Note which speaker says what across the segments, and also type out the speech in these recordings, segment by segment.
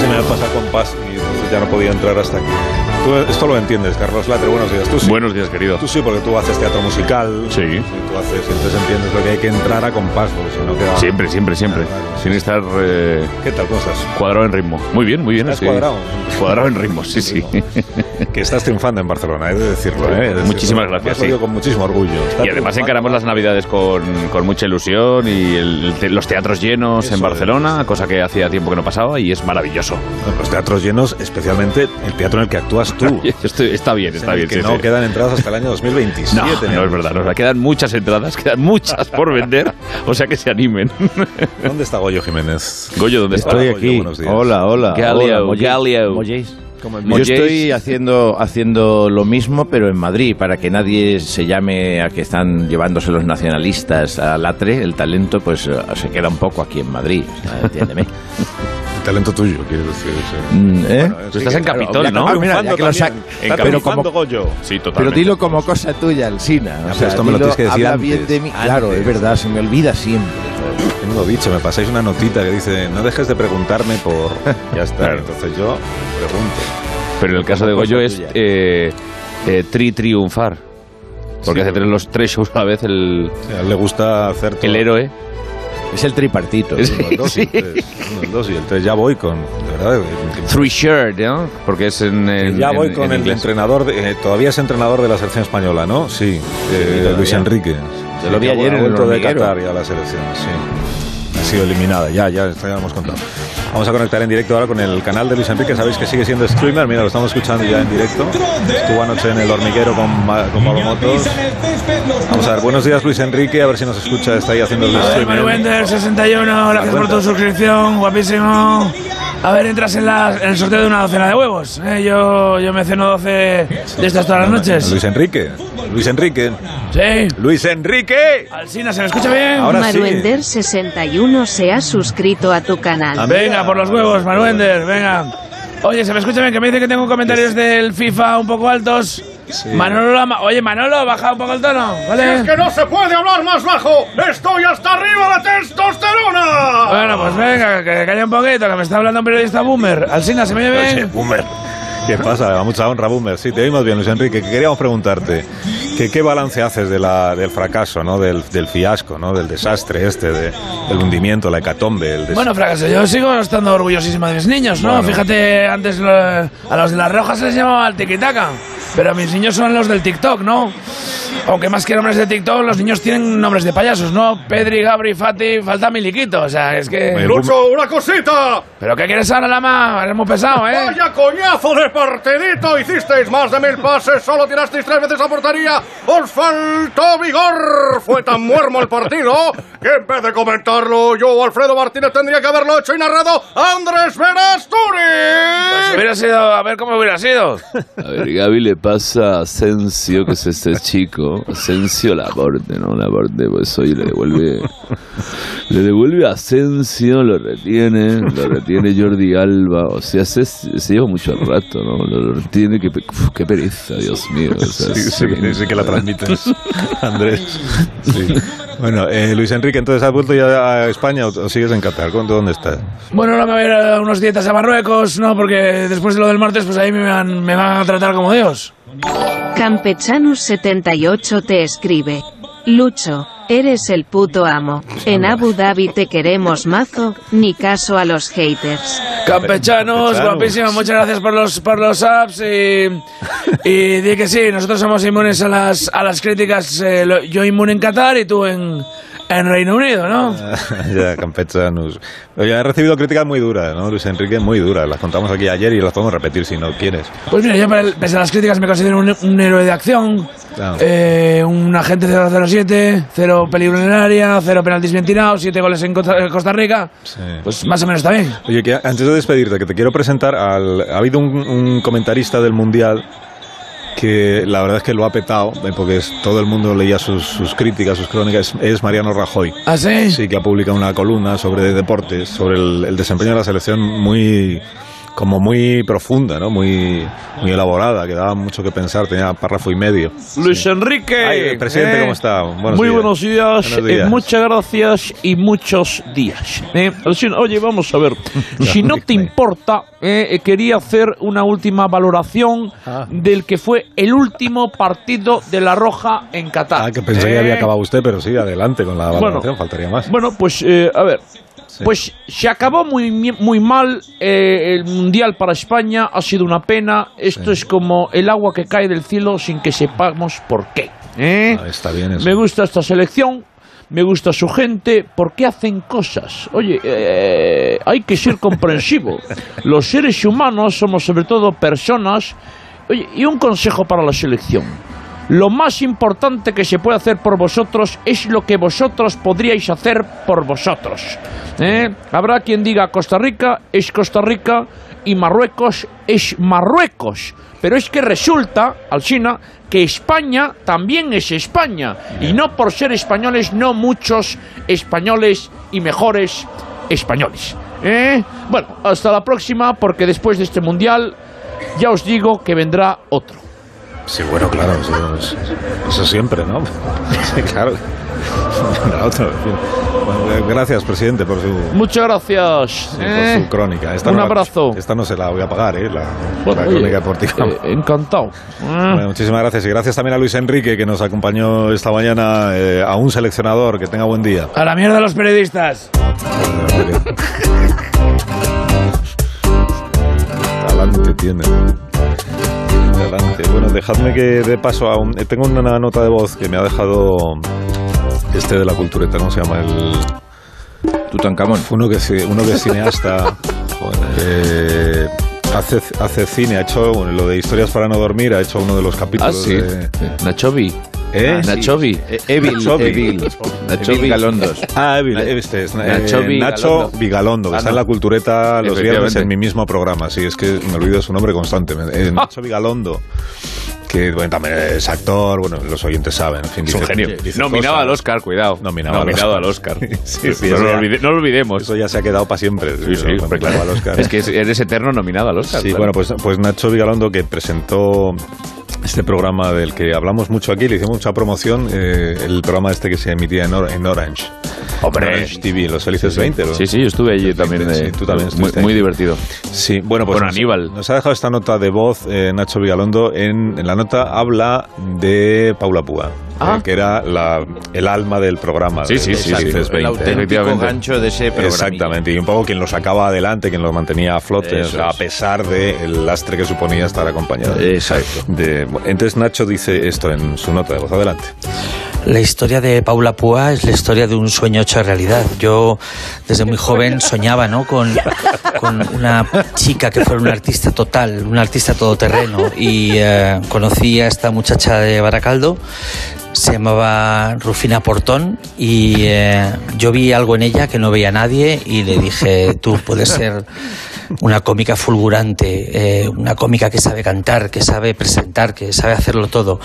Speaker 1: Se me ha pasado compás y entonces ya no podía entrar hasta aquí. Tú esto lo entiendes, Carlos Latre. Buenos días. Tú sí.
Speaker 2: Buenos días, querido.
Speaker 1: Tú sí, porque tú haces teatro musical.
Speaker 2: Sí.
Speaker 1: Tú haces, entonces entiendes lo que hay que entrar a compás, porque si no queda.
Speaker 2: Siempre, siempre, siempre. Sin estar eh,
Speaker 1: ¿Qué tal cosas?
Speaker 2: cuadrado en ritmo. Muy bien, muy bien.
Speaker 1: Estás
Speaker 2: sí.
Speaker 1: cuadrado.
Speaker 2: Cuadrado en ritmo, sí, sí.
Speaker 1: Que estás triunfando en Barcelona, he de decirlo. ¿eh? He de decirlo.
Speaker 2: Muchísimas
Speaker 1: Lo
Speaker 2: gracias,
Speaker 1: has oído
Speaker 2: sí.
Speaker 1: con muchísimo orgullo. Está
Speaker 2: Y además
Speaker 1: triunfando.
Speaker 2: encaramos las navidades con, con mucha ilusión y el- te- los teatros llenos
Speaker 1: Eso
Speaker 2: en Barcelona,
Speaker 1: es.
Speaker 2: cosa que hacía tiempo que no pasaba y es maravilloso.
Speaker 1: Los pues teatros llenos, especialmente el teatro en el que actúas tú.
Speaker 2: Yo estoy- está bien, está
Speaker 1: En el
Speaker 2: bien.
Speaker 1: que
Speaker 2: sí,
Speaker 1: no
Speaker 2: sí.
Speaker 1: quedan entradas hasta el año 2027.
Speaker 2: No, no es verdad, nos quedan muchas entradas, quedan muchas por vender, o sea que se animen.
Speaker 1: ¿Dónde está Goyo Jiménez?
Speaker 2: Goyo, ¿dónde estás?
Speaker 1: Hola,
Speaker 3: Estoy
Speaker 1: Goyo,
Speaker 3: aquí.
Speaker 1: buenos días.
Speaker 3: hola, hola.
Speaker 2: Galio,
Speaker 3: hola, Mollis.
Speaker 2: Galio.
Speaker 3: Mollis.
Speaker 2: Como el
Speaker 3: Yo
Speaker 2: Mollis.
Speaker 3: estoy haciendo, haciendo lo mismo, pero en Madrid, para que nadie se llame a que están llevándose los nacionalistas al atre, el talento, pues eh, se queda un poco aquí en Madrid, o sea, entiéndeme.
Speaker 1: El talento tuyo, quiero decir. sí.
Speaker 3: Mm, ¿eh?
Speaker 1: Bueno,
Speaker 2: Tú estás en
Speaker 1: claro,
Speaker 2: Capitol,
Speaker 1: ya
Speaker 2: ¿no?
Speaker 1: está
Speaker 3: Ah, mira, ya que lo
Speaker 1: triunfando
Speaker 3: sac-
Speaker 1: también. Está
Speaker 3: pero
Speaker 1: triunfando
Speaker 3: como-
Speaker 1: Goyo.
Speaker 2: Sí,
Speaker 3: Pero
Speaker 2: totalmente.
Speaker 3: dilo como cosa tuya, Alsina.
Speaker 1: pero esto me lo tienes que decir
Speaker 3: habla
Speaker 1: antes.
Speaker 3: bien de mí. Claro,
Speaker 1: Antes.
Speaker 3: es verdad, se me olvida siempre.
Speaker 1: Menudo bicho, me pasáis una notita que dice, no dejes de preguntarme por... Ya está,
Speaker 2: Claro.
Speaker 1: entonces yo pregunto.
Speaker 2: Pero en el caso de
Speaker 3: Como
Speaker 2: Goyo
Speaker 3: cosa
Speaker 2: es
Speaker 3: tuya.
Speaker 2: eh, eh, tri triunfar. Porque hace tres, los tres shows a la vez el,
Speaker 1: Sí, a él le gusta hacer todo.
Speaker 2: el héroe.
Speaker 3: Es el tripartito.
Speaker 2: Es-
Speaker 1: Uno, el dos y el
Speaker 2: Sí.
Speaker 1: tres. Uno, el dos y el tres. Ya voy con... De verdad. eh,
Speaker 2: Three shirt, ¿no? Porque es en, en-
Speaker 1: ya voy
Speaker 2: en-
Speaker 1: con
Speaker 2: en
Speaker 1: el
Speaker 2: inglés.
Speaker 1: entrenador, de- eh, todavía es entrenador de la selección española, ¿no? Sí, eh,
Speaker 3: todavía.
Speaker 1: Luis Enrique.
Speaker 3: Yo lo vi
Speaker 1: que ha
Speaker 3: ayer en el
Speaker 1: vuelto de
Speaker 3: hormiguero.
Speaker 1: Qatar ya la selección, sí. Ha sido eliminada, ya, ya, esto ya lo hemos contado. Vamos a conectar en directo ahora con el canal de Luis Enrique, sabéis que sigue siendo streamer, mira, lo estamos escuchando ya en directo. Estuvo anoche en el hormiguero con, Ma- con Pablo Motos. Vamos a ver, buenos días Luis Enrique, a ver si nos escucha, está ahí haciendo el
Speaker 4: Manuel
Speaker 1: streamer.
Speaker 4: Wender, 61, gracias por tu suscripción, guapísimo. A ver, entras en, la- en el sorteo de una docena de huevos. ¿eh? yo, yo me ceno 12 de estas todas las noches.
Speaker 1: Luis Enrique, Luis Enrique,
Speaker 4: Sí.
Speaker 1: Luis Enrique.
Speaker 4: Alcina, ¿se me escucha bien?
Speaker 1: Ahora sí.
Speaker 5: Maruender61 se ha suscrito a tu canal.
Speaker 4: Venga, por los huevos, Manuender, venga. Oye, se me escucha bien, que me dice que tengo comentarios del FIFA un poco altos. Manolo, Lama- oye, Manolo, baja un poco el tono, ¿vale?
Speaker 6: no se puede hablar más bajo! ¡Estoy hasta arriba de testosterona!
Speaker 4: Bueno, pues venga, que calle un poquito, que me está hablando un periodista boomer. Alcina, ¿se me oye bien?
Speaker 1: Oye, Boomer. ¿Qué pasa? Mucha honra, Boomer. Sí, te oímos bien, Luis Enrique. Que queríamos preguntarte que qué balance haces de la- del fracaso, ¿no? Del, del fiasco, ¿no? Del desastre este, de- del hundimiento, la hecatombe. El des-
Speaker 4: Bueno, fracaso, yo sigo estando orgullosísima de mis niños, ¿no?
Speaker 1: Bueno.
Speaker 4: Fíjate, antes lo- a los de las rojas se les llamaba el tiquitaca, pero mis niños son los del TikTok, ¿no? Aunque más que nombres de TikTok, los niños tienen nombres de payasos, ¿no? Pedri, Gabri, Fati, falta Miliquito, o sea, es
Speaker 1: Oye,
Speaker 4: que...
Speaker 1: Boomer,
Speaker 6: ¡Lucho, una cosita!
Speaker 4: ¿Pero qué quieres ahora, Lama? Eres muy pesado, ¿eh?
Speaker 6: ¡Vaya coñazo de partidito hicisteis! ¡Más de mil pases! ¡Solo tirasteis tres veces a portería! ¡Os faltó vigor! Fue tan muermo el partido que en vez de comentarlo yo, Alfredo Martínez, tendría que haberlo hecho y narrado Andrés
Speaker 4: Pues
Speaker 6: Verasturi.
Speaker 4: hubiera sido... A ver cómo hubiera sido.
Speaker 7: A ver, Gaby le pasa a Asensio, que es este chico. Asensio Laborde, ¿no? Laborde, pues hoy le devuelve. Le devuelve a Asensio, lo retiene, lo retiene Jordi Alba. O sea, se, se lleva mucho rato, ¿no? Lo, lo retiene, qué, pe- uf, qué pereza, Dios mío. o sea,
Speaker 1: Sí, sí,
Speaker 7: es-
Speaker 1: sí que la transmites, Andrés. Sí. Bueno, eh, Luis Enrique, entonces has vuelto ya a España o, o sigues en Qatar. ¿Cuánto- ¿Dónde estás?
Speaker 4: Bueno, ahora me voy a ir a unos dietas a Marruecos, ¿no? Porque después de lo del martes, pues ahí me van, me van a tratar como Dios.
Speaker 1: Ah.
Speaker 5: Campechanus78 te escribe. Lucho, eres el puto amo. En Abu Dhabi te queremos mazo, ni caso a los haters.
Speaker 4: Campechanos,
Speaker 1: Campechanos.
Speaker 4: guapísimo, muchas gracias por los, por los apps y, y di que sí, nosotros somos inmunes a las, a las críticas, eh, lo- yo inmune en Qatar y tú en, en Reino Unido, ¿no?
Speaker 1: Ah. ya, campechanos. Oye, he recibido críticas muy duras, ¿no, Luis Enrique? Muy duras. Las contamos aquí ayer y las podemos repetir si no quieres.
Speaker 4: Pues mira, yo para el- pese a las críticas me considero un, un héroe de acción,
Speaker 1: Claro.
Speaker 4: eh, un agente 007, cero peligro en el área, cero penaltis bien tirados, siete goles en Costa, en Costa Rica.
Speaker 1: Sí.
Speaker 4: Pues más o menos está bien.
Speaker 1: Oye, que antes de despedirte, que te quiero presentar al... Ha habido un, un comentarista del Mundial que la verdad es que lo ha petado, eh, porque es- todo el mundo leía sus, sus críticas, sus crónicas, es Mariano Rajoy.
Speaker 8: ¿Ah,
Speaker 4: ¿Así?
Speaker 1: Sí, que ha publicado una columna sobre deportes, sobre el, el desempeño de la selección muy como muy profunda, ¿no? Muy, muy elaborada, que daba mucho que pensar, tenía párrafo y medio.
Speaker 8: Luis Enrique.
Speaker 1: Ay, presidente,
Speaker 8: ¿eh?
Speaker 1: ¿cómo está? Buenos
Speaker 8: Muy
Speaker 1: días.
Speaker 8: buenos días,
Speaker 1: Buenos
Speaker 8: eh,
Speaker 1: días.
Speaker 8: muchas gracias y muchos días. ¿eh? Así, Oye, vamos a ver, si no te importa, eh, eh, quería hacer una última valoración
Speaker 1: Ah.
Speaker 8: del que fue el último partido de La Roja en Qatar.
Speaker 1: Ah, que pensé que
Speaker 8: ¿eh?
Speaker 1: había acabado usted, pero sí, adelante con la valoración,
Speaker 8: Bueno.
Speaker 1: faltaría más.
Speaker 8: Bueno, pues eh, a ver.
Speaker 1: Sí.
Speaker 8: Pues se acabó muy, mi- muy mal eh, el Mundial para España, ha sido una pena, esto es como el agua que cae del cielo sin que sepamos por qué. ¿eh?
Speaker 1: Ah, está bien eso.
Speaker 8: Me gusta esta selección, me gusta su gente, porque hacen cosas. Oye, eh, hay que ser comprensivo. Los seres humanos somos sobre todo personas. Oye, y un consejo para la selección. Lo más importante que se puede hacer por vosotros es lo que vosotros podríais hacer por vosotros. ¿eh? Habrá quien diga Costa Rica es Costa Rica y Marruecos es Marruecos. Pero es que resulta, Alcina, que España también es España. Y no por ser españoles, no muchos españoles y mejores españoles. ¿eh? Bueno, hasta la próxima, porque después de este mundial ya os digo que vendrá otro.
Speaker 1: Sí, bueno, claro, eso, es- eso siempre, ¿no? Sí, claro. Vendrá otro, en fin. Bueno, gracias, presidente, por su,
Speaker 8: Muchas gracias.
Speaker 1: sí,
Speaker 8: ¿eh?
Speaker 1: por su crónica. Esta
Speaker 8: un
Speaker 1: no la-
Speaker 8: abrazo.
Speaker 1: esta no se la voy a pagar, ¿eh? La,
Speaker 8: Bueno,
Speaker 1: la
Speaker 8: oye,
Speaker 1: crónica deportiva.
Speaker 8: eh, encantado. ¿eh?
Speaker 1: Bueno, muchísimas gracias. Y gracias también a Luis Enrique, que nos acompañó esta mañana, eh, a un seleccionador. Que tenga buen día.
Speaker 4: A la mierda los periodistas.
Speaker 1: Adelante tiene. Adelante. Bueno, dejadme que dé paso a un... eh, Tengo una nota de voz que me ha dejado este de la cultureta, ¿cómo se llama? El...
Speaker 3: Tutankamón.
Speaker 1: Uno que, sí- uno que es cineasta joder, eh, hace, hace cine, ha hecho bueno, lo de Historias para no dormir, ha hecho uno de los
Speaker 2: Ah,
Speaker 1: capítulos
Speaker 2: sí. Ah,
Speaker 1: de...
Speaker 2: Nachovi.
Speaker 1: ¿Eh?
Speaker 2: Nachovi.
Speaker 3: Evil,
Speaker 1: Nachovi.
Speaker 3: Evil. Evil Galondos.
Speaker 1: Ah, Evil, este es, eh, Nacho,
Speaker 2: Nacho Vigalondo.
Speaker 1: Vigalondo, que
Speaker 2: Ah,
Speaker 1: está
Speaker 2: no.
Speaker 1: en la cultureta los viernes
Speaker 2: Efectivamente. Ah.
Speaker 1: en mi mismo programa. Sí, es que me olvido su nombre constante. Eh, Nacho Vigalondo, que bueno, también es actor, bueno, los oyentes saben. En fin,
Speaker 2: Es un
Speaker 1: dice-
Speaker 2: genio.
Speaker 1: dice
Speaker 2: Nominado
Speaker 1: cosas.
Speaker 2: al Oscar, cuidado.
Speaker 1: Nominado al
Speaker 2: al
Speaker 1: Oscar.
Speaker 2: Oscar.
Speaker 1: Sí, sí,
Speaker 2: no,
Speaker 1: eso
Speaker 2: lo
Speaker 1: ya-
Speaker 2: olvide- no lo olvidemos.
Speaker 1: Eso ya se ha quedado para siempre.
Speaker 2: Sí, sí,
Speaker 1: Cuando
Speaker 2: hombre,
Speaker 1: va al Oscar.
Speaker 2: Es que es- eres eterno nominado al Oscar.
Speaker 1: Sí,
Speaker 2: claro.
Speaker 1: bueno, pues, pues Nacho Vigalondo, que presentó este programa del que hablamos mucho aquí, le hicimos mucha promoción, eh, el programa este que se emitía en, Or- en Orange. Orange TV, Los Felices 20. ¿no?
Speaker 2: Sí, sí, yo estuve allí también.
Speaker 1: Sí,
Speaker 2: eh,
Speaker 1: tú también
Speaker 2: muy,
Speaker 1: estuviste
Speaker 2: muy
Speaker 1: ahí.
Speaker 2: divertido.
Speaker 1: Sí, bueno, pues
Speaker 2: Con
Speaker 1: nos,
Speaker 2: Aníbal.
Speaker 1: nos ha dejado esta nota de voz eh, Nacho Vigalondo. En, en la nota habla de Paula Púa, eh,
Speaker 2: Ah.
Speaker 1: que era la, el alma del programa.
Speaker 2: Sí,
Speaker 1: de
Speaker 2: sí,
Speaker 1: Los
Speaker 2: sí, sí.
Speaker 1: Felices
Speaker 2: El
Speaker 1: 20.
Speaker 3: El auténtico
Speaker 2: Efectivamente.
Speaker 3: gancho de ese programa.
Speaker 1: Exactamente, y un poco quien lo sacaba adelante, quien lo mantenía a flote,
Speaker 3: Eso
Speaker 1: o sea, a
Speaker 3: es.
Speaker 1: pesar del lastre que suponía estar acompañado.
Speaker 3: Exacto.
Speaker 1: De- entonces Nacho dice esto en su nota de voz. Adelante.
Speaker 9: La historia de Paula Púa es la historia de un sueño hecho realidad. Yo desde muy joven soñaba ¿no? con, con una chica que fuera una artista total, una artista todoterreno. Y eh, conocí a esta muchacha de Baracaldo, se llamaba Rufina Portón, y eh, yo vi algo en ella que no veía nadie y le dije, tú puedes ser una cómica fulgurante, eh, una cómica que sabe cantar, que sabe presentar, que sabe hacerlo todo.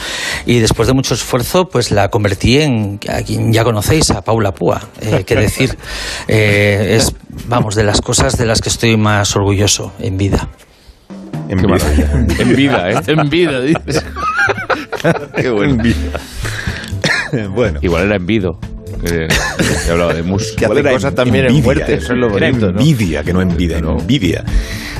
Speaker 9: Y después de mucho esfuerzo, pues la convertí en a quien ya conocéis, a Paula Púa, eh, que decir, eh, es, vamos, de las cosas de las que estoy más orgulloso en vida.
Speaker 1: En
Speaker 2: Qué
Speaker 1: vida.
Speaker 2: maravilla. En vida, ¿eh?
Speaker 3: En vida, dices.
Speaker 2: Qué bueno.
Speaker 1: bueno.
Speaker 2: Igual era envido. Que, que hablaba de mus.
Speaker 3: Que hace cosas también en muerte, eso es lo
Speaker 1: Era
Speaker 3: bonito, ¿no?
Speaker 1: envidia, que no envidia, no. envidia.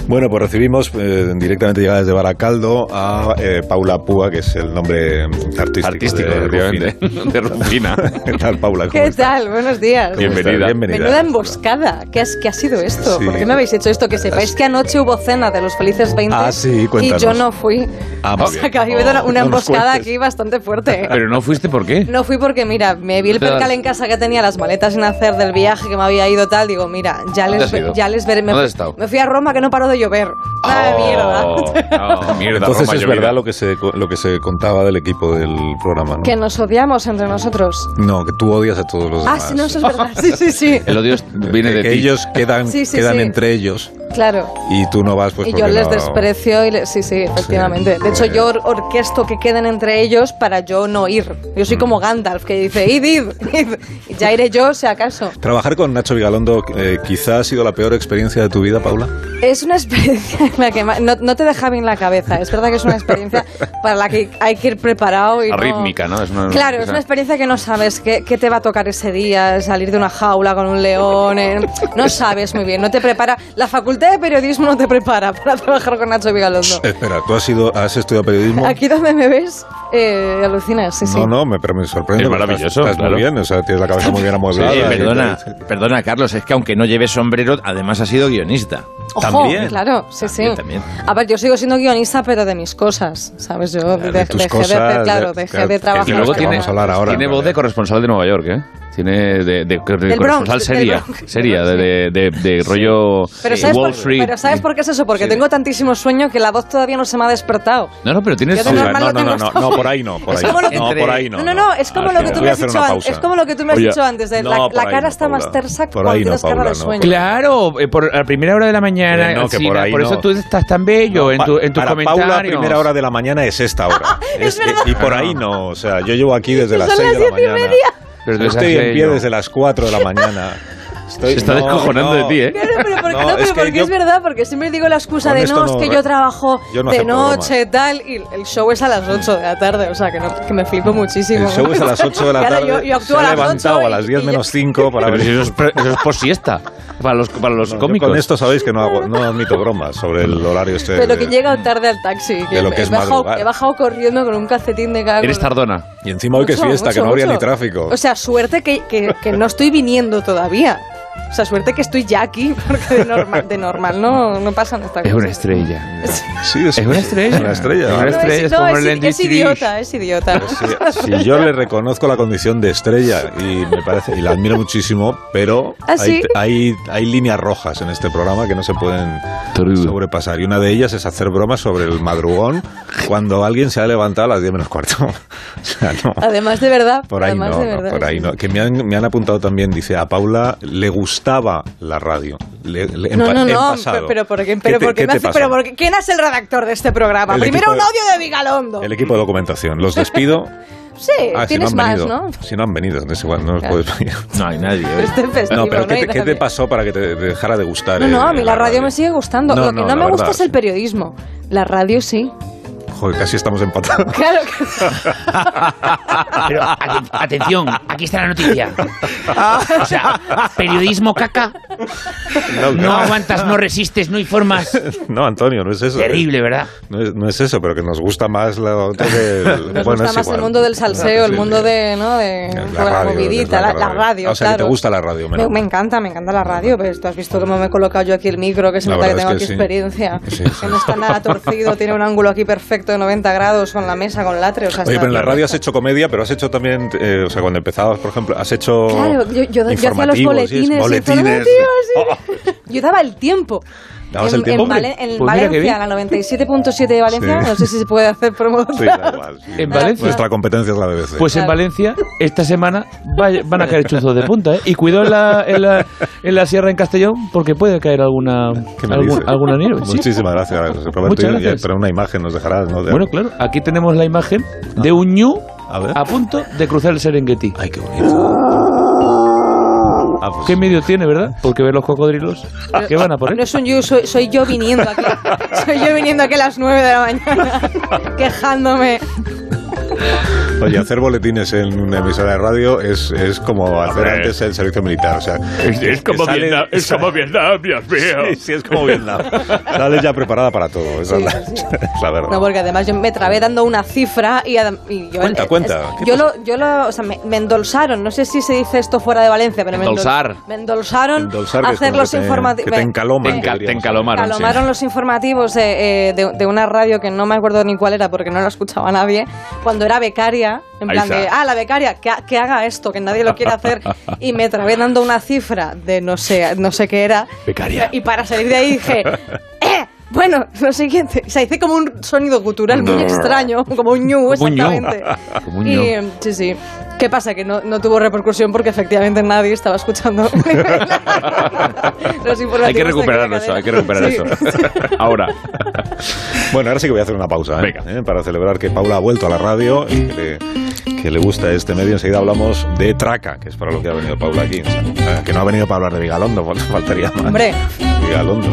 Speaker 1: Bueno, pues recibimos eh, directamente llegada desde Baracaldo a eh, Paula Púa, que es el nombre artístico,
Speaker 2: Artístico,
Speaker 1: de,
Speaker 2: efectivamente. De Rufina.
Speaker 1: Rufina. ¿Qué tal, Paula? ¿Cómo
Speaker 10: ¿Qué
Speaker 1: estás?
Speaker 10: tal? Buenos días.
Speaker 1: ¿Cómo estás?
Speaker 2: Bienvenida.
Speaker 1: Bienvenida.
Speaker 10: Menuda emboscada. ¿Qué, has- qué ha sido esto?
Speaker 1: Sí.
Speaker 10: ¿Por qué me habéis hecho esto? Que sepáis que anoche hubo cena de los felices 20
Speaker 1: Ah, sí, cuéntanos.
Speaker 10: y yo no fui.
Speaker 1: Ah, muy
Speaker 10: o sea,
Speaker 1: bien.
Speaker 10: que ha habido
Speaker 1: Oh,
Speaker 10: una,
Speaker 1: no nos
Speaker 10: una emboscada
Speaker 1: cuentes.
Speaker 10: aquí bastante fuerte.
Speaker 2: Pero no fuiste, ¿por qué?
Speaker 10: No fui porque, mira, me vi el
Speaker 2: Te das-
Speaker 10: percal en casa que tenía las maletas sin hacer del viaje que me había ido tal. Digo, mira, ya
Speaker 2: ¿Dónde
Speaker 10: les,
Speaker 2: has ido?
Speaker 10: ya les veré. Me,
Speaker 2: ¿Dónde
Speaker 10: fui-
Speaker 2: has estado?
Speaker 10: me fui a Roma que no paró de llover. ¡Ah,
Speaker 1: Oh.
Speaker 10: mierda!
Speaker 2: Oh, no, mierda,
Speaker 1: Entonces
Speaker 2: Roma
Speaker 1: es
Speaker 2: llovida.
Speaker 1: verdad lo que, se, lo que se contaba del equipo del programa, ¿no?
Speaker 10: que nos odiamos entre nosotros.
Speaker 1: No, que tú odias a todos los
Speaker 10: Ah,
Speaker 1: demás.
Speaker 10: sí, no, eso es verdad. Sí, sí, sí.
Speaker 2: El odio viene
Speaker 1: Que-
Speaker 2: Eh, de
Speaker 1: que
Speaker 2: ti.
Speaker 1: ellos quedan,
Speaker 10: Sí, sí,
Speaker 1: quedan
Speaker 10: sí.
Speaker 1: entre ellos
Speaker 10: Claro.
Speaker 1: y tú no vas pues
Speaker 10: Y yo
Speaker 1: porque
Speaker 10: les
Speaker 1: no-
Speaker 10: desprecio y le- sí, sí, efectivamente.
Speaker 1: Sí,
Speaker 10: de hecho,
Speaker 1: eh.
Speaker 10: yo or- orquesto que queden entre ellos para yo no ir. Yo soy como Gandalf que dice, id, id, id". Y Ya iré yo, si acaso.
Speaker 1: Trabajar con Nacho Vigalondo eh, quizá ha sido la peor experiencia de tu vida, Paula.
Speaker 10: Es una experiencia en la que ma- no, no te deja bien la cabeza. Es verdad que es una experiencia para la que hay que ir preparado. Y no-
Speaker 2: Rítmica, ¿no? Es una-
Speaker 10: Claro,
Speaker 2: es
Speaker 10: es
Speaker 2: una-
Speaker 10: una experiencia que no sabes qué, qué te va a tocar ese día, salir de una jaula con un león. eh, No sabes muy bien, no te prepara. La facultad de periodismo no te prepara para trabajar con Nacho Vigalondo.
Speaker 1: Espera, ¿tú has, sido, has estudiado periodismo?
Speaker 10: Aquí donde me ves, eh, alucinas, sí, sí.
Speaker 1: No, no, me, pero me sorprende.
Speaker 2: Es
Speaker 1: porque
Speaker 2: maravilloso,
Speaker 1: Estás, estás
Speaker 2: claro.
Speaker 1: muy bien, o sea, tienes la cabeza muy bien amueblada.
Speaker 3: Oye,
Speaker 1: y-
Speaker 3: Eh, perdona, perdona, Carlos, es que aunque no lleves sombrero, además ha sido guionista.
Speaker 10: Ojo,
Speaker 1: También.
Speaker 10: Claro, sí, sí.
Speaker 3: También, también.
Speaker 10: A ver, yo sigo siendo guionista, pero de mis cosas, ¿sabes? Yo de-
Speaker 1: de tus
Speaker 10: dejé, de,
Speaker 1: cosas,
Speaker 10: de- claro,
Speaker 1: de-
Speaker 10: dejé
Speaker 1: claro,
Speaker 10: de
Speaker 1: que
Speaker 10: trabajar.
Speaker 2: Y luego
Speaker 10: para-
Speaker 1: que
Speaker 2: tiene,
Speaker 1: vamos a hablar ahora,
Speaker 2: tiene voz
Speaker 1: vale.
Speaker 2: de corresponsal de Nueva York, ¿eh? Tiene de, de- de
Speaker 10: Bronx,
Speaker 2: corresponsal
Speaker 10: del
Speaker 2: seria,
Speaker 10: Bronx.
Speaker 2: seria, de, de, de- de rollo eh,
Speaker 10: Pero, ¿sabes
Speaker 2: Wall
Speaker 10: por,
Speaker 2: Street.
Speaker 10: pero ¿sabes por qué es eso? Porque tengo tantísimo sueño que la voz todavía no se me ha despertado.
Speaker 2: No, no, pero tienes...
Speaker 10: Yo de
Speaker 1: O sea,
Speaker 10: normal
Speaker 1: no,
Speaker 10: lo
Speaker 1: no, no,
Speaker 10: tengo
Speaker 1: no,
Speaker 10: hasta
Speaker 1: no,
Speaker 10: hoy.
Speaker 1: por ahí no, por
Speaker 10: Es
Speaker 1: ahí.
Speaker 10: como lo que-
Speaker 1: No, por ahí no.
Speaker 10: No, no, no, es como
Speaker 1: Ah,
Speaker 10: lo
Speaker 1: sí,
Speaker 10: que tú
Speaker 1: voy
Speaker 10: me
Speaker 1: a
Speaker 10: has
Speaker 1: hacer
Speaker 10: dicho
Speaker 1: una
Speaker 10: antes.
Speaker 1: pausa.
Speaker 10: Es como lo que tú me has
Speaker 1: Oye,
Speaker 10: dicho antes. de
Speaker 1: no,
Speaker 10: la,
Speaker 1: por
Speaker 10: la
Speaker 1: ahí
Speaker 10: cara
Speaker 1: no,
Speaker 10: está más
Speaker 1: Paula.
Speaker 10: tersa
Speaker 1: Por
Speaker 10: cuando
Speaker 1: ahí no,
Speaker 10: tienes cara
Speaker 1: Paula,
Speaker 10: de
Speaker 1: no.
Speaker 10: sueño.
Speaker 8: Claro, eh, por, a primera hora de la mañana.
Speaker 1: Eh, no, que
Speaker 8: Alsina,
Speaker 1: por
Speaker 8: por
Speaker 1: ahí no.
Speaker 8: eso tú estás tan bello en,
Speaker 1: Pa-
Speaker 8: tu, en tus
Speaker 1: para
Speaker 8: comentarios.
Speaker 1: Paula, primera hora de la mañana es esta hora. Es- y, y por ahí no, o sea, yo llevo aquí desde
Speaker 10: Son
Speaker 1: las
Speaker 10: las
Speaker 1: 6 de la
Speaker 10: siete y
Speaker 1: mañana.
Speaker 10: media.
Speaker 2: Pero tú
Speaker 1: Estoy
Speaker 2: estás
Speaker 1: en pie
Speaker 2: bello.
Speaker 1: desde las 4 de la mañana. Estoy,
Speaker 2: Se está
Speaker 1: no,
Speaker 2: descojonando
Speaker 1: no.
Speaker 2: de ti, ¿eh?
Speaker 10: Claro, pero porque,
Speaker 1: No,
Speaker 10: no, pero
Speaker 1: es que
Speaker 10: porque
Speaker 1: yo-
Speaker 10: es verdad, porque siempre digo la excusa
Speaker 1: Con
Speaker 10: de
Speaker 1: esto
Speaker 10: no, es
Speaker 1: no-
Speaker 10: que yo trabajo
Speaker 1: yo no
Speaker 10: de
Speaker 1: acepto
Speaker 10: noche, tal, y el show es a las 8 de la tarde, o sea, que, no- que me flipo muchísimo.
Speaker 1: El show es a las 8 de la
Speaker 10: Y ahora
Speaker 1: tarde.
Speaker 10: Yo, yo
Speaker 1: se
Speaker 10: actúo
Speaker 1: ha
Speaker 10: a las 8
Speaker 1: levantado a
Speaker 10: y-
Speaker 1: las 10
Speaker 10: y-
Speaker 1: menos 5 para
Speaker 2: Pero
Speaker 1: ver
Speaker 2: si eso es, pre- eso es por siesta, para los, para los
Speaker 1: No, yo
Speaker 2: cómicos.
Speaker 1: Con esto sabéis que no, hago, no admito bromas sobre el horario este.
Speaker 10: Pero que
Speaker 1: de-
Speaker 10: llega tarde al taxi. Que
Speaker 1: de lo que
Speaker 10: he
Speaker 1: es
Speaker 10: bajado,
Speaker 1: madrugar.
Speaker 10: he bajado corriendo con un calcetín de cada
Speaker 2: Eres
Speaker 10: color.
Speaker 2: tardona.
Speaker 1: Y encima hoy que es
Speaker 10: Mucho,
Speaker 1: fiesta, que
Speaker 10: mucho,
Speaker 1: no habría
Speaker 10: mucho.
Speaker 1: ni tráfico.
Speaker 10: O sea, suerte que, que- que no estoy viniendo todavía. O sea, suerte que estoy ya aquí, porque de normal, de normal no, no pasan estas
Speaker 2: Es una
Speaker 10: cosas.
Speaker 2: estrella.
Speaker 1: sí,
Speaker 2: Es una estrella.
Speaker 1: Es una estrella.
Speaker 2: Es una
Speaker 10: No,
Speaker 2: estrella,
Speaker 10: es,
Speaker 2: es
Speaker 10: no,
Speaker 2: como
Speaker 10: es-
Speaker 2: el Andy
Speaker 10: es
Speaker 2: Trish.
Speaker 10: idiota, es idiota.
Speaker 1: Si, si yo le reconozco la condición de estrella y me parece y la admiro muchísimo, pero
Speaker 10: ¿Ah, sí?
Speaker 1: hay, hay, hay líneas rojas en este programa que no se pueden
Speaker 2: Terrible.
Speaker 1: sobrepasar y una de ellas es hacer bromas sobre el madrugón cuando alguien se ha levantado a las 10 menos cuarto. O sea, no.
Speaker 10: Además de verdad.
Speaker 1: Por ahí no,
Speaker 10: además de
Speaker 1: no,
Speaker 10: verdad,
Speaker 1: por ahí
Speaker 10: sí.
Speaker 1: no. Que me han, me han apuntado también, dice, a Paula le gustaba la radio. Le- le- en
Speaker 10: No,
Speaker 1: pa-
Speaker 10: no,
Speaker 1: en
Speaker 10: no,
Speaker 1: pasado.
Speaker 10: pero, pero ¿por qué,
Speaker 1: ¿Qué
Speaker 10: pero
Speaker 1: te-
Speaker 10: por qué
Speaker 1: qué
Speaker 10: me
Speaker 1: te
Speaker 10: hace-
Speaker 1: pasa?
Speaker 10: pero por qué- ¿Quién es el redactor de este programa?
Speaker 1: El
Speaker 10: Primero
Speaker 1: equipo
Speaker 10: un
Speaker 1: de-
Speaker 10: audio de Vigalondo.
Speaker 1: El equipo de documentación. Los despido.
Speaker 10: Sí,
Speaker 1: Ah, si no
Speaker 10: Eh, tienes
Speaker 1: han
Speaker 10: más,
Speaker 1: venido.
Speaker 10: ¿no?
Speaker 1: Si no han venido, es igual, no os
Speaker 10: Claro.
Speaker 1: puedes venir.
Speaker 3: No hay nadie. ¿eh?
Speaker 10: Este festivo,
Speaker 1: No, pero
Speaker 10: Y
Speaker 1: ¿qué te,
Speaker 10: no
Speaker 1: qué te
Speaker 10: también.
Speaker 1: pasó para que te dejara de gustar?
Speaker 10: No, no,
Speaker 1: eh,
Speaker 10: a mí la radio me sigue gustando.
Speaker 1: No,
Speaker 10: Lo que
Speaker 1: no,
Speaker 10: no,
Speaker 1: la
Speaker 10: me gusta
Speaker 1: verdad,
Speaker 10: es el
Speaker 1: sí.
Speaker 10: periodismo. La radio sí.
Speaker 1: Joder, casi estamos empatados.
Speaker 10: Claro que
Speaker 11: Pero ate- atención, aquí está la noticia. O sea, periodismo caca,
Speaker 1: No,
Speaker 11: no aguantas, no resistes, no informas.
Speaker 1: No, Antonio, no es eso. eh.
Speaker 11: Terrible, ¿verdad?
Speaker 1: No es, no es eso, pero que nos gusta más la otra que el-
Speaker 10: Nos
Speaker 1: bueno,
Speaker 10: gusta
Speaker 1: es
Speaker 10: más
Speaker 1: igual.
Speaker 10: el mundo del salseo, el
Speaker 1: Sí,
Speaker 10: mundo
Speaker 1: sí.
Speaker 10: de, ¿no? de
Speaker 1: La
Speaker 10: un poco la
Speaker 1: radio,
Speaker 10: movidita,
Speaker 1: la
Speaker 10: la, la
Speaker 1: radio.
Speaker 10: radio.
Speaker 1: O sea, que te
Speaker 10: claro.
Speaker 1: gusta la radio, menos
Speaker 10: me, me
Speaker 1: mal.
Speaker 10: encanta, me encanta la radio, pero tú has visto cómo me he colocado yo aquí el micro, que se
Speaker 1: La
Speaker 10: nota que
Speaker 1: verdad
Speaker 10: tengo
Speaker 1: es
Speaker 10: aquí
Speaker 1: que sí.
Speaker 10: experiencia.
Speaker 1: Sí, sí.
Speaker 10: Que no está nada torcido, tiene un ángulo aquí perfecto de 90 grados con la mesa, con latre. O sea,
Speaker 1: Oye,
Speaker 10: está
Speaker 1: pero en la
Speaker 10: perfecto.
Speaker 1: radio has hecho comedia, pero has hecho también, eh, o sea, cuando empezabas, por ejemplo, has hecho.
Speaker 10: Claro, yo, yo, yo hacía los
Speaker 1: informativos,
Speaker 10: boletines.
Speaker 1: sí, boletines.
Speaker 10: informativos, sí. Yo daba el tiempo.
Speaker 1: Dabas
Speaker 10: en,
Speaker 1: el tiempo.
Speaker 10: en Valen- en
Speaker 8: Pues mira que
Speaker 10: Valencia, la 97.7 de Valencia,
Speaker 1: Sí.
Speaker 10: no sé si se puede hacer promoción.
Speaker 1: Oh, Sí, da igual, sí.
Speaker 8: En Valencia.
Speaker 1: Nuestra competencia es la BBC.
Speaker 8: Pues en
Speaker 10: Claro.
Speaker 8: Valencia, esta semana, vaya- van a caer chuzos de punta, ¿eh? Y cuidado en la, en la, en la sierra en Castellón, porque puede caer alguna,
Speaker 1: ¿Qué me
Speaker 8: algún-
Speaker 1: dices?
Speaker 8: alguna nieve. sí.
Speaker 1: Muchísimas gracias, Roberto.
Speaker 8: Muchas
Speaker 1: Y- y-
Speaker 8: gracias.
Speaker 1: Pero una imagen nos dejarás, ¿no? De-
Speaker 8: Bueno, claro, aquí tenemos la imagen de un ñu
Speaker 1: A ver.
Speaker 8: a, punto de cruzar el Serengeti.
Speaker 1: Ay, qué bonito. Ah, pues
Speaker 8: ¿Qué medio tiene, verdad? Porque ver los cocodrilos que van a por él.
Speaker 10: No es un you, soy, soy yo viniendo aquí. Soy yo viniendo aquí a las 9 de la mañana, quejándome.
Speaker 1: Oye, hacer boletines en una emisora de radio es, es como hacer
Speaker 12: Hombre.
Speaker 1: antes el servicio militar. O sea,
Speaker 12: Es, es
Speaker 1: que
Speaker 12: como
Speaker 1: sale-
Speaker 12: Vietnam, es como Vietnam, Dios mío.
Speaker 1: Sí, sí, es como Vietnam. Sales ya preparada para todo. Esa es, la, es la verdad.
Speaker 10: No, porque además yo me trabé dando una cifra y, adem- y yo...
Speaker 1: Cuenta,
Speaker 10: es-
Speaker 1: cuenta. ¿Qué
Speaker 10: Yo lo, yo lo... O sea, me, me endolsaron. No sé si se dice esto fuera de Valencia, pero me endol-
Speaker 2: Endolsar.
Speaker 10: Me endolsaron
Speaker 1: Endolsar,
Speaker 10: a
Speaker 1: que es
Speaker 10: hacer
Speaker 1: como
Speaker 10: los
Speaker 1: que te-
Speaker 10: informativos...
Speaker 1: que te encaloman,
Speaker 2: Te
Speaker 1: que
Speaker 2: enca- te
Speaker 1: diríamos.
Speaker 2: encalomaron, sí.
Speaker 10: Calomaron los informativos eh, eh, de, de una radio que no me acuerdo ni cuál era porque no la escuchaba nadie, cuando era becaria, en
Speaker 13: Ahí
Speaker 10: plan
Speaker 13: está.
Speaker 10: de, ah, la becaria, que, ha- que haga esto, que nadie lo quiere hacer, y me trabé dando una cifra de no sé, no sé qué era.
Speaker 13: Becaria.
Speaker 10: Y para salir de ahí dije, "Eh, bueno, lo siguiente, o sea, hice como un sonido gutural muy extraño, como un ñu, exactamente. Y eh, sí, sí. ¿Qué pasa? Que no, no tuvo repercusión porque efectivamente nadie estaba escuchando los informativos.
Speaker 2: Hay que
Speaker 10: de
Speaker 2: recuperar
Speaker 10: aquella
Speaker 2: eso, hay que
Speaker 10: cadena.
Speaker 2: recuperar
Speaker 10: ¿eh? Sí.
Speaker 2: eso. Ahora.
Speaker 1: Bueno, ahora sí que voy a hacer una pausa. ¿eh? ¿Eh? Para celebrar que Paula ha vuelto a la radio y que le, que le gusta este medio. Enseguida hablamos de Traca, que es para lo que ha venido Paula aquí. O sea, Que no ha venido para hablar de Vigalondo, fal- faltaría más.
Speaker 10: Hombre.
Speaker 1: Vigalondo.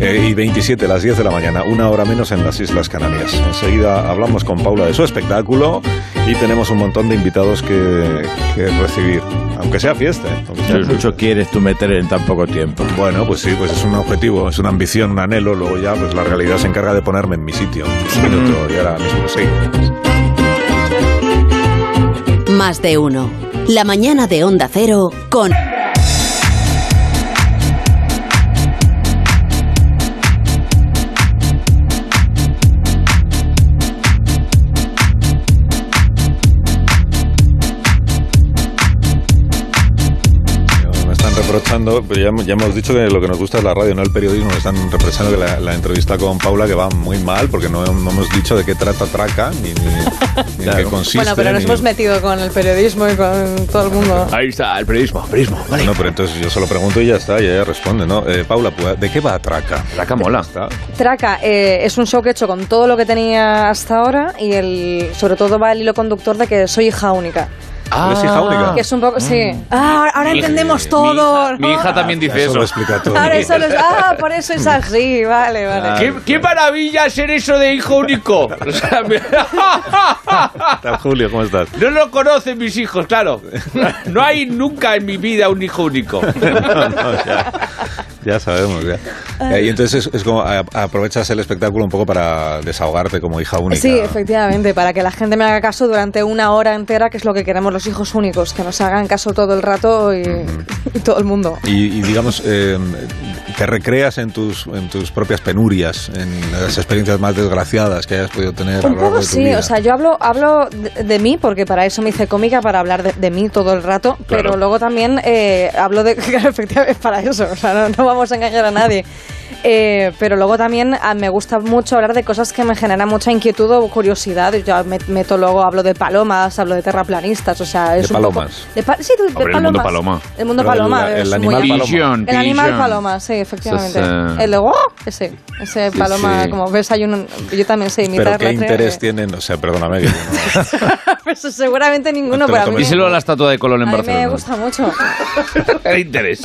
Speaker 1: Eh, y 27, las 10 de la mañana, una hora menos en las Islas Canarias. Enseguida hablamos con Paula de su espectáculo y tenemos un montón de invitados que, que recibir. Aunque sea fiesta. ¿eh? Aunque sea
Speaker 3: Pero mucho quieres tú meter en tan poco tiempo.
Speaker 1: Bueno, pues sí, pues es un objetivo, es una ambición, un anhelo, luego ya pues la realidad se encarga de ponerme en mi sitio. Un minuto y ahora mismo sí.
Speaker 14: Más de uno. La mañana de Onda Cero con...
Speaker 1: Me están reprochando, pero ya, ya hemos dicho que lo que nos gusta es la radio, no el periodismo. Me están reprochando que la, la entrevista con Paula que va muy mal porque no, no hemos dicho de qué trata Traca ni, ni- ni en qué consiste.
Speaker 10: Bueno, pero nos
Speaker 1: ni-
Speaker 10: hemos metido con el periodismo y con todo el mundo.
Speaker 1: Ahí está, el periodismo, periodismo. No, pero entonces yo se lo pregunto y ya está, y ella responde, ¿no? Eh, Paula, pues, ¿de qué va Traca? Traca mola.
Speaker 10: Traca eh, es un show que he hecho con todo lo que tenía hasta ahora y el, sobre todo va el hilo conductor de que soy hija única.
Speaker 1: Ah. ¿Eres hija única?
Speaker 10: Que es un poco, sí. Ah, ahora- ahora
Speaker 2: Mi-
Speaker 10: entendemos todo. Ah,
Speaker 2: Mi hija también dice eso.
Speaker 1: lo explica todo.
Speaker 10: Ahora eso los- ah, por eso es así, vale, vale.
Speaker 8: ¿Qué, qué maravilla ser eso de hijo único. O sea, me-
Speaker 1: Julio, ¿cómo estás?
Speaker 8: no lo conocen mis hijos, claro. No hay nunca en mi vida un hijo único.
Speaker 1: Ya sabemos, ya.
Speaker 10: Ah.
Speaker 1: Eh, y entonces es, es como a- aprovechas el espectáculo un poco para desahogarte como hija única.
Speaker 10: Sí, efectivamente, para que la gente me haga caso durante una hora entera, que es lo que queremos los hijos únicos, que nos hagan caso todo el rato y,
Speaker 2: Mm.
Speaker 10: y todo el mundo.
Speaker 1: Y, y digamos, eh, te recreas en tus, en tus propias penurias, en las experiencias más desgraciadas que hayas podido tener a lo
Speaker 10: Un
Speaker 1: largo
Speaker 10: poco
Speaker 1: de tu
Speaker 10: sí,
Speaker 1: vida.
Speaker 10: o sea, yo hablo, hablo de, de mí porque para eso me hice cómica, para hablar de, de mí todo el rato, pero luego también eh, hablo de. Claro, efectivamente, para eso, o sea, no, no vamos a engañar a nadie. Eh, pero luego también ah, me gusta mucho hablar de cosas que me generan mucha inquietud o curiosidad. Yo me- meto luego, hablo de palomas, hablo de terraplanistas, o sea, es
Speaker 2: De
Speaker 10: un poco-
Speaker 2: palomas.
Speaker 10: de pa- sí, de, de
Speaker 2: Hombre, el mundo paloma.
Speaker 10: El mundo
Speaker 2: Pero el-
Speaker 10: paloma.
Speaker 2: el
Speaker 10: es
Speaker 2: animal
Speaker 10: muy amplio.
Speaker 2: paloma. Pigeon,
Speaker 10: El animal
Speaker 2: pigeon.
Speaker 10: paloma, sí, efectivamente.
Speaker 1: eh,
Speaker 10: El de ¡guau! ese, ese
Speaker 1: Sí,
Speaker 10: paloma,
Speaker 1: sí.
Speaker 10: como ves, hay un, yo también sé imitar
Speaker 1: Pero qué
Speaker 10: la
Speaker 1: interés tienen, o sea, perdóname. que no-
Speaker 10: Pues seguramente ninguno,
Speaker 1: Te lo
Speaker 10: pero a mí,
Speaker 2: Díselo a la estatua de Colón
Speaker 10: a
Speaker 2: en
Speaker 10: mí me
Speaker 2: Barcelona.
Speaker 10: gusta mucho.
Speaker 2: El interés.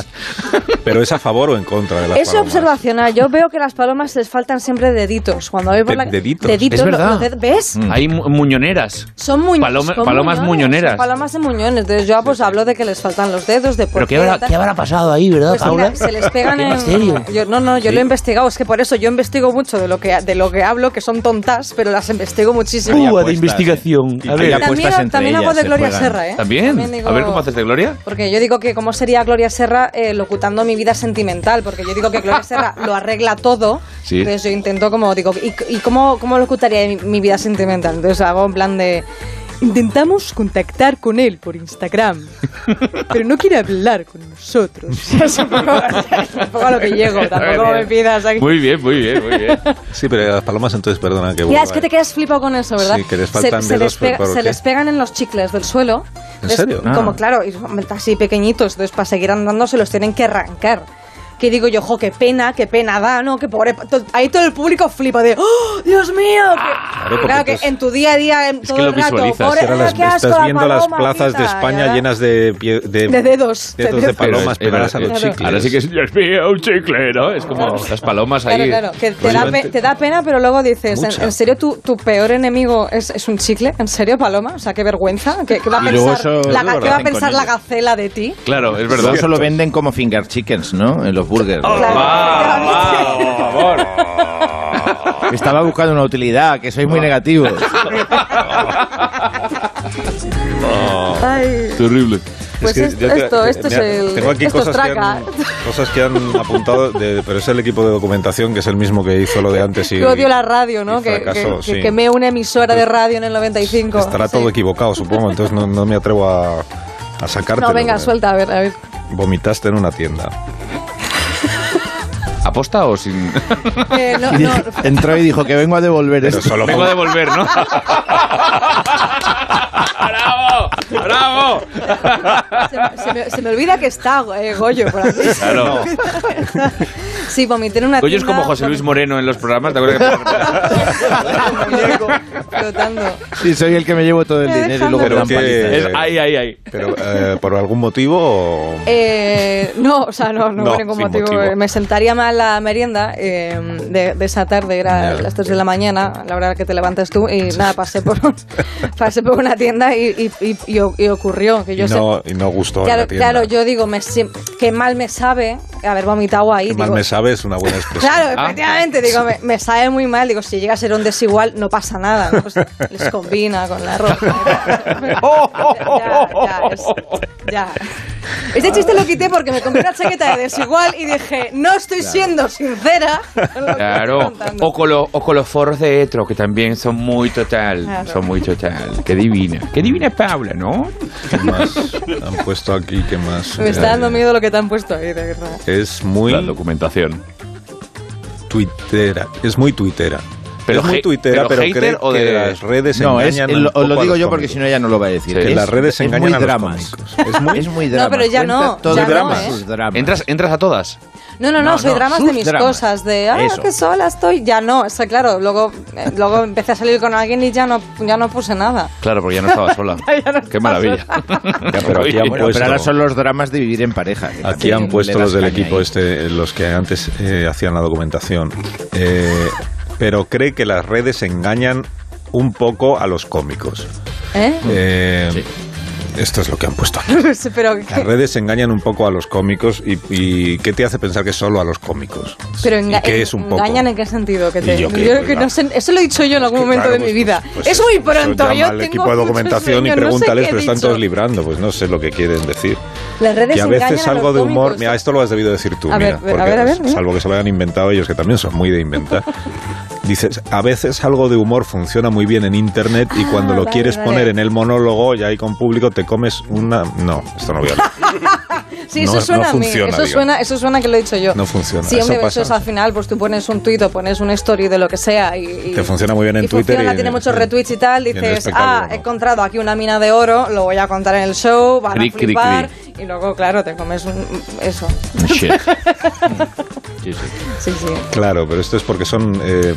Speaker 1: Pero es a favor o en contra de las
Speaker 10: Es
Speaker 1: palomas?
Speaker 10: observacional. Yo veo que las palomas les faltan siempre deditos. Cuando voy por
Speaker 2: De-
Speaker 10: la...
Speaker 2: deditos.
Speaker 10: deditos
Speaker 2: Es
Speaker 10: lo-
Speaker 2: verdad.
Speaker 10: los ded- ¿Ves?
Speaker 2: Mm. Hay mu- muñoneras.
Speaker 10: Son, muñ-
Speaker 2: Paloma-
Speaker 10: son
Speaker 2: palomas muñoneras.
Speaker 10: son Palomas de muñones. Entonces yo pues hablo de que les faltan los dedos, de por
Speaker 11: Pero ¿qué habrá,
Speaker 10: tal.
Speaker 11: qué habrá pasado ahí, verdad,
Speaker 10: Pues
Speaker 11: Paula?
Speaker 10: mira, se les pegan
Speaker 11: ¿Qué
Speaker 10: en...
Speaker 11: misterio?
Speaker 10: Yo, no, no, yo
Speaker 11: Sí.
Speaker 10: lo he investigado. Es que por eso yo investigo mucho de lo que, de lo que hablo, que son tontas, pero las investigo muchísimo.
Speaker 2: Cuba
Speaker 3: eh.
Speaker 2: de investigación.
Speaker 10: Y también- también hago de Gloria Serra, ¿eh?
Speaker 2: ¿También?
Speaker 10: También digo-
Speaker 2: A ver cómo haces de Gloria.
Speaker 10: Porque yo digo que cómo sería Gloria Serra eh, locutando mi vida sentimental, porque yo digo que Gloria Serra lo arregla todo,
Speaker 2: Sí.
Speaker 10: entonces yo intento como, digo, ¿y, y cómo, cómo locutaría mi, mi vida sentimental? Entonces hago en plan de... Intentamos contactar con él por Instagram, pero no quiere hablar con nosotros. es un poco, es un poco a lo que llego, tampoco me pidas aquí.
Speaker 1: Muy bien, muy bien, muy bien. Sí, pero las palomas entonces, perdona que
Speaker 10: Ya,
Speaker 1: vuelva,
Speaker 10: es que te
Speaker 1: ¿eh?
Speaker 10: quedas flipado con eso, ¿verdad?
Speaker 1: Sí, que les faltan
Speaker 10: se, les,
Speaker 1: dedos,
Speaker 10: pega-
Speaker 1: ¿por
Speaker 10: se
Speaker 1: qué?
Speaker 10: les pegan en los chicles del suelo.
Speaker 1: ¿En
Speaker 10: Les-
Speaker 1: serio?
Speaker 10: Como
Speaker 1: Ah.
Speaker 10: claro, y son así pequeñitos, entonces para seguir andando se los tienen que arrancar. que digo yo, jo, qué pena, qué pena da, ¿no? Que pobre. to- Ahí todo el público flipa de, ¡Oh, Dios mío! que-
Speaker 1: Ah, Claro, porque
Speaker 10: claro, que
Speaker 1: tú es-
Speaker 10: en tu día a día, en
Speaker 1: Es
Speaker 10: todo
Speaker 1: que lo
Speaker 10: el rato,
Speaker 1: visualizas,
Speaker 10: pobre,
Speaker 1: ahora
Speaker 10: ah,
Speaker 1: las-
Speaker 10: qué asco,
Speaker 1: estás
Speaker 10: la
Speaker 1: viendo las
Speaker 10: paloma,
Speaker 1: plazas de
Speaker 10: pita,
Speaker 1: España
Speaker 10: ya.
Speaker 1: llenas de, pie- de,
Speaker 10: De dedos, de
Speaker 1: dedos de
Speaker 10: dedos.
Speaker 1: palomas
Speaker 2: Pero
Speaker 1: pegadas a los
Speaker 10: es-
Speaker 1: chicles.
Speaker 2: ahora sí
Speaker 1: que
Speaker 2: es, un chicle, ¿no? Es como las palomas
Speaker 10: Claro,
Speaker 2: ahí. Pues
Speaker 10: claro, que te da, pe- te da pena, pero luego dices, ¿en,
Speaker 2: Mucha.
Speaker 10: en serio tu, tu peor enemigo es, es un chicle? ¿En serio, Paloma? O sea, qué vergüenza. ¿Qué, qué va a
Speaker 3: Y luego
Speaker 10: pensar,
Speaker 3: eso-
Speaker 10: la,
Speaker 3: eso
Speaker 10: ga-
Speaker 3: lo
Speaker 10: qué va
Speaker 3: hacen
Speaker 10: a
Speaker 3: con
Speaker 10: pensar la
Speaker 3: ellos.
Speaker 10: gacela de ti?
Speaker 2: Claro, es
Speaker 3: verdad. Eso lo venden como finger chickens, ¿no? En los burgers.
Speaker 10: Oh,
Speaker 3: Estaba buscando una utilidad, que sois muy negativos.
Speaker 10: Ay.
Speaker 7: Terrible.
Speaker 10: Pues es-
Speaker 1: yo
Speaker 10: esto- esto es el-
Speaker 1: Tengo aquí
Speaker 10: esto es
Speaker 1: cosas, que
Speaker 10: traca.
Speaker 1: han, cosas que han apuntado, de- pero es el equipo de documentación que es el mismo que hizo lo de antes. Y,
Speaker 10: Yo odio la radio, ¿no?
Speaker 1: y
Speaker 10: Que,
Speaker 1: fracaso,
Speaker 10: que, que
Speaker 1: sí.
Speaker 10: quemé una emisora de radio en el 95.
Speaker 1: Estará todo equivocado, supongo, entonces no, no me atrevo a, a sacártelo.
Speaker 10: No, venga,
Speaker 1: porque
Speaker 10: suelta, a ver, a ver.
Speaker 1: Vomitaste en una tienda.
Speaker 2: ¿Aposta o sin.?
Speaker 10: Eh, no,
Speaker 3: Y
Speaker 10: no,
Speaker 3: dijo- entró y dijo que vengo a devolver esto.
Speaker 2: Vengo a devolver, ¿no? ¡Bravo! ¡Bravo!
Speaker 10: se, me- se me, se me olvida que está eh, Goyo por aquí.
Speaker 2: Claro.
Speaker 10: Sí, vomité en una
Speaker 2: Goyo es
Speaker 10: tienda
Speaker 2: como José Luis Moreno en los programas, ¿te acuerdas? que-
Speaker 10: flotando.
Speaker 3: Sí, soy el que me llevo todo el
Speaker 10: Me
Speaker 3: dinero y
Speaker 10: dejan
Speaker 3: luego me
Speaker 1: Pero
Speaker 3: dan palizas.
Speaker 1: que,
Speaker 2: Ahí, ahí, ahí.
Speaker 1: pero eh, por algún motivo... o-
Speaker 10: Eh, no, o sea, no, no,
Speaker 1: No,
Speaker 10: hubo ningún
Speaker 1: sin
Speaker 10: motivo.
Speaker 1: motivo.
Speaker 10: Eh, Me sentaría mal la merienda eh, de, de esa tarde, era las 3 de la mañana, a la hora que te levantas tú, y nada, pasé por, un- pasé por una tienda y, y- y- y o- y ocurrió que
Speaker 1: Y
Speaker 10: Eh, yo sé-
Speaker 1: no, y no gustó en
Speaker 10: Claro,
Speaker 1: la tienda.
Speaker 10: claro, yo digo, me, siem- qué mal me sabe haber vomitado ahí.
Speaker 1: Qué mal
Speaker 10: digo,
Speaker 1: me sabe es una buena expresión.
Speaker 10: Claro, efectivamente, digo, me, me sabe muy mal. Digo, si llega a ser un desigual, no pasa nada. ¿no? Pues les combina con la ropa. ya, ya, es- ya. Este chiste lo quité porque me compré una chaqueta de desigual y dije, no estoy siendo sincera. con lo que estoy
Speaker 2: Claro,
Speaker 10: contando".
Speaker 2: o con, lo- o con los foros de etro, que también son muy total,
Speaker 10: Claro.
Speaker 2: son muy total. Qué divina, qué divina es Paula, ¿no?
Speaker 1: ¿Qué más? Han puesto aquí, ¿qué más? Eh,
Speaker 10: Me está dando miedo lo que te han puesto ahí, de verdad.
Speaker 1: Es muy...
Speaker 2: La documentación.
Speaker 1: Twittera. Es muy tuitera.
Speaker 2: Pero
Speaker 1: es muy
Speaker 2: hate-
Speaker 1: tuitera,
Speaker 2: pero
Speaker 1: pero,
Speaker 2: hater
Speaker 1: cree
Speaker 2: o
Speaker 1: que
Speaker 2: de-
Speaker 1: las redes
Speaker 3: No, es,
Speaker 1: engañan
Speaker 3: lo,
Speaker 1: un poco
Speaker 3: lo
Speaker 1: a
Speaker 3: digo
Speaker 1: los
Speaker 3: yo porque si
Speaker 1: cómicos.
Speaker 3: no ella no lo va a decir.
Speaker 1: Que
Speaker 3: Es-
Speaker 1: las redes
Speaker 3: es
Speaker 1: engañan
Speaker 3: muy
Speaker 1: a los
Speaker 3: dramas.
Speaker 1: cómicos.
Speaker 3: Es muy, es muy
Speaker 10: No,
Speaker 3: dramas.
Speaker 10: pero ya
Speaker 3: Cuenta
Speaker 10: no,
Speaker 3: todo
Speaker 10: ya
Speaker 3: el
Speaker 10: no,
Speaker 3: drama.
Speaker 10: ¿eh?
Speaker 3: Sus dramas.
Speaker 2: ¿Entras, ¿Entras a todas?
Speaker 10: No, no, no,
Speaker 2: No,
Speaker 10: soy
Speaker 2: no,
Speaker 10: dramas de
Speaker 3: sus
Speaker 10: mis
Speaker 3: dramas.
Speaker 10: cosas, de, ah,
Speaker 3: Eso.
Speaker 10: qué sola estoy. Ya no, o sea, claro, luego, eh, luego empecé a salir con alguien y ya no, ya no puse nada.
Speaker 2: Claro, porque ya no estaba sola.
Speaker 10: Ya no
Speaker 2: qué maravilla.
Speaker 1: Ya, pero aquí han
Speaker 3: Bueno,
Speaker 1: puesto,
Speaker 3: pero ahora son los dramas de vivir en pareja.
Speaker 2: ¿eh?
Speaker 3: que
Speaker 1: aquí
Speaker 3: también
Speaker 1: han
Speaker 3: le
Speaker 1: puesto
Speaker 3: das
Speaker 1: los del
Speaker 3: caña
Speaker 1: equipo
Speaker 3: ahí.
Speaker 1: este, eh, los que antes eh, hacían la documentación. Eh, pero cree que las redes engañan un poco a los cómicos.
Speaker 10: ¿Eh?
Speaker 3: Mm.
Speaker 1: Eh, Esto es lo que han puesto aquí.
Speaker 10: pero,
Speaker 1: Las redes engañan un poco a los cómicos y, y ¿qué te hace pensar que solo a los cómicos?
Speaker 10: pero enga-
Speaker 1: ¿Y qué es un poco?
Speaker 10: engañan en qué sentido que te-
Speaker 1: Y yo qué,
Speaker 10: yo que
Speaker 1: oiga.
Speaker 10: no sé- eso lo he dicho yo en algún
Speaker 1: que,
Speaker 10: momento
Speaker 1: claro,
Speaker 10: de
Speaker 1: pues,
Speaker 10: mi vida
Speaker 1: pues,
Speaker 10: es muy
Speaker 1: eso
Speaker 10: pronto
Speaker 1: llama
Speaker 10: yo
Speaker 1: al
Speaker 10: tengo
Speaker 1: equipo de
Speaker 10: mucho
Speaker 1: documentación
Speaker 10: sueño,
Speaker 1: y
Speaker 10: no sé
Speaker 1: pregúntales,
Speaker 10: qué he
Speaker 1: pero están
Speaker 10: dicho.
Speaker 1: todos librando, pues no sé lo que quieren decir.
Speaker 10: las redes
Speaker 1: Que a
Speaker 10: engañan
Speaker 1: veces
Speaker 10: a los
Speaker 1: algo de humor,
Speaker 10: cómicos.
Speaker 1: mira, esto lo has debido decir tú,
Speaker 10: A ver,
Speaker 1: mira,
Speaker 10: a
Speaker 1: porque pues,
Speaker 10: ver, a ver, mira.
Speaker 1: salvo que se lo hayan inventado ellos, que también son muy de inventar. Dices, a veces algo de humor funciona muy bien en internet y
Speaker 10: Ah,
Speaker 1: cuando lo
Speaker 10: vale,
Speaker 1: quieres
Speaker 10: vale.
Speaker 1: poner en el monólogo y ahí con público te comes una... No, esto no voy a leer.
Speaker 10: sí
Speaker 1: no-
Speaker 10: eso
Speaker 1: no
Speaker 10: suena a mí
Speaker 1: funciona,
Speaker 10: eso
Speaker 1: digamos.
Speaker 10: suena eso suena que lo he dicho yo
Speaker 1: No funciona,
Speaker 10: sí
Speaker 1: eso
Speaker 10: hombre
Speaker 1: pasa.
Speaker 10: eso es al final pues tú pones un tuit o pones una story de lo que sea y, y-
Speaker 1: Te funciona muy bien en
Speaker 10: y
Speaker 1: Twitter
Speaker 10: funciona,
Speaker 1: y en-
Speaker 10: tiene muchos retweets y tal
Speaker 1: y en el
Speaker 10: dices
Speaker 1: espectáculo,
Speaker 10: ah
Speaker 1: ¿no?
Speaker 10: he encontrado aquí una mina de oro lo voy a contar en el show van
Speaker 2: Cri,
Speaker 10: a
Speaker 2: cri,
Speaker 10: flipar y luego claro te comes un, eso
Speaker 2: Shit.
Speaker 10: sí sí
Speaker 1: Claro, pero esto es porque son eh,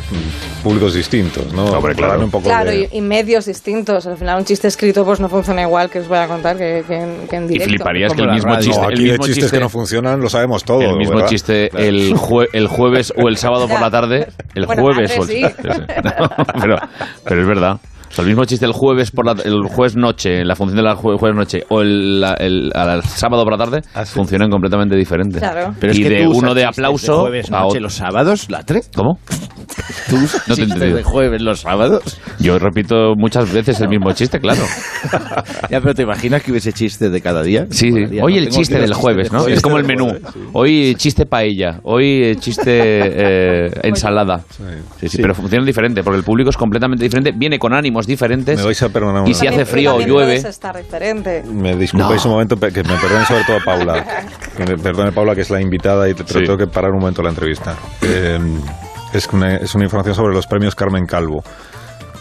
Speaker 1: públicos distintos, ¿no?
Speaker 2: Hombre, claro.
Speaker 1: Hablan un poco
Speaker 10: Claro,
Speaker 1: de-
Speaker 10: y, y medios distintos. Al final, un chiste escrito pues no funciona igual que os voy a contar que, que en, que en
Speaker 2: Y
Speaker 10: directo.
Speaker 2: fliparías que
Speaker 3: Como
Speaker 2: el
Speaker 3: la
Speaker 2: mismo
Speaker 3: radio.
Speaker 2: chiste.
Speaker 1: No,
Speaker 2: el
Speaker 1: aquí de
Speaker 2: mismo
Speaker 1: chistes
Speaker 2: chiste-
Speaker 1: que no funcionan lo sabemos todo.
Speaker 2: el mismo
Speaker 1: ¿verdad?
Speaker 2: chiste
Speaker 1: Claro.
Speaker 2: el, jue- el jueves o el sábado por la tarde. El
Speaker 10: Bueno,
Speaker 2: jueves
Speaker 10: antes
Speaker 2: o el-
Speaker 10: sí.
Speaker 2: No, pero, pero es verdad. O sea, el mismo chiste el jueves por la, el jueves noche, la función de la jue- jueves noche o el, la- el- al sábado por la tarde funcionan completamente diferentes.
Speaker 10: Claro.
Speaker 3: Pero es
Speaker 2: y
Speaker 3: que
Speaker 2: de
Speaker 3: tú usas
Speaker 2: uno de
Speaker 3: chistes
Speaker 2: aplauso
Speaker 3: jueves,
Speaker 2: a
Speaker 3: noche,
Speaker 2: otro.
Speaker 3: los sábados, la tres.
Speaker 2: ¿Cómo?
Speaker 3: Tú
Speaker 2: No
Speaker 3: no
Speaker 2: te he
Speaker 3: te
Speaker 2: entendido.
Speaker 3: de jueves, los sábados.
Speaker 2: Yo repito muchas veces el mismo chiste, claro.
Speaker 3: Ya, pero te imaginas que hubiese chistes de cada día.
Speaker 2: Sí,
Speaker 3: Cada
Speaker 2: sí.
Speaker 3: día,
Speaker 2: Hoy
Speaker 3: ¿no?
Speaker 2: el
Speaker 3: Tengo
Speaker 2: chiste
Speaker 3: aquí
Speaker 2: del
Speaker 3: los
Speaker 2: jueves,
Speaker 3: chistes de
Speaker 2: ¿no? Es como el
Speaker 3: del
Speaker 2: menú.
Speaker 3: jueves, sí.
Speaker 2: Hoy eh, chiste paella, hoy eh, chiste eh, ensalada. Sí, sí, pero funciona diferente, porque el público es completamente diferente, viene con ánimos diferentes.
Speaker 1: Me vais a perdonar
Speaker 2: Y
Speaker 1: una
Speaker 2: si
Speaker 1: cosa.
Speaker 2: hace
Speaker 10: También-
Speaker 2: frío o
Speaker 10: también
Speaker 2: llueve.
Speaker 10: puedes estar diferente.
Speaker 1: Me disculpáis
Speaker 2: No.
Speaker 1: un momento, pe- que me perdone sobre todo a Paula. Que me perdone Paula, que es la invitada, y te, pero
Speaker 2: Sí.
Speaker 1: tengo que parar un momento la entrevista. Eh, es, una, es una información sobre los premios Carmen Calvo.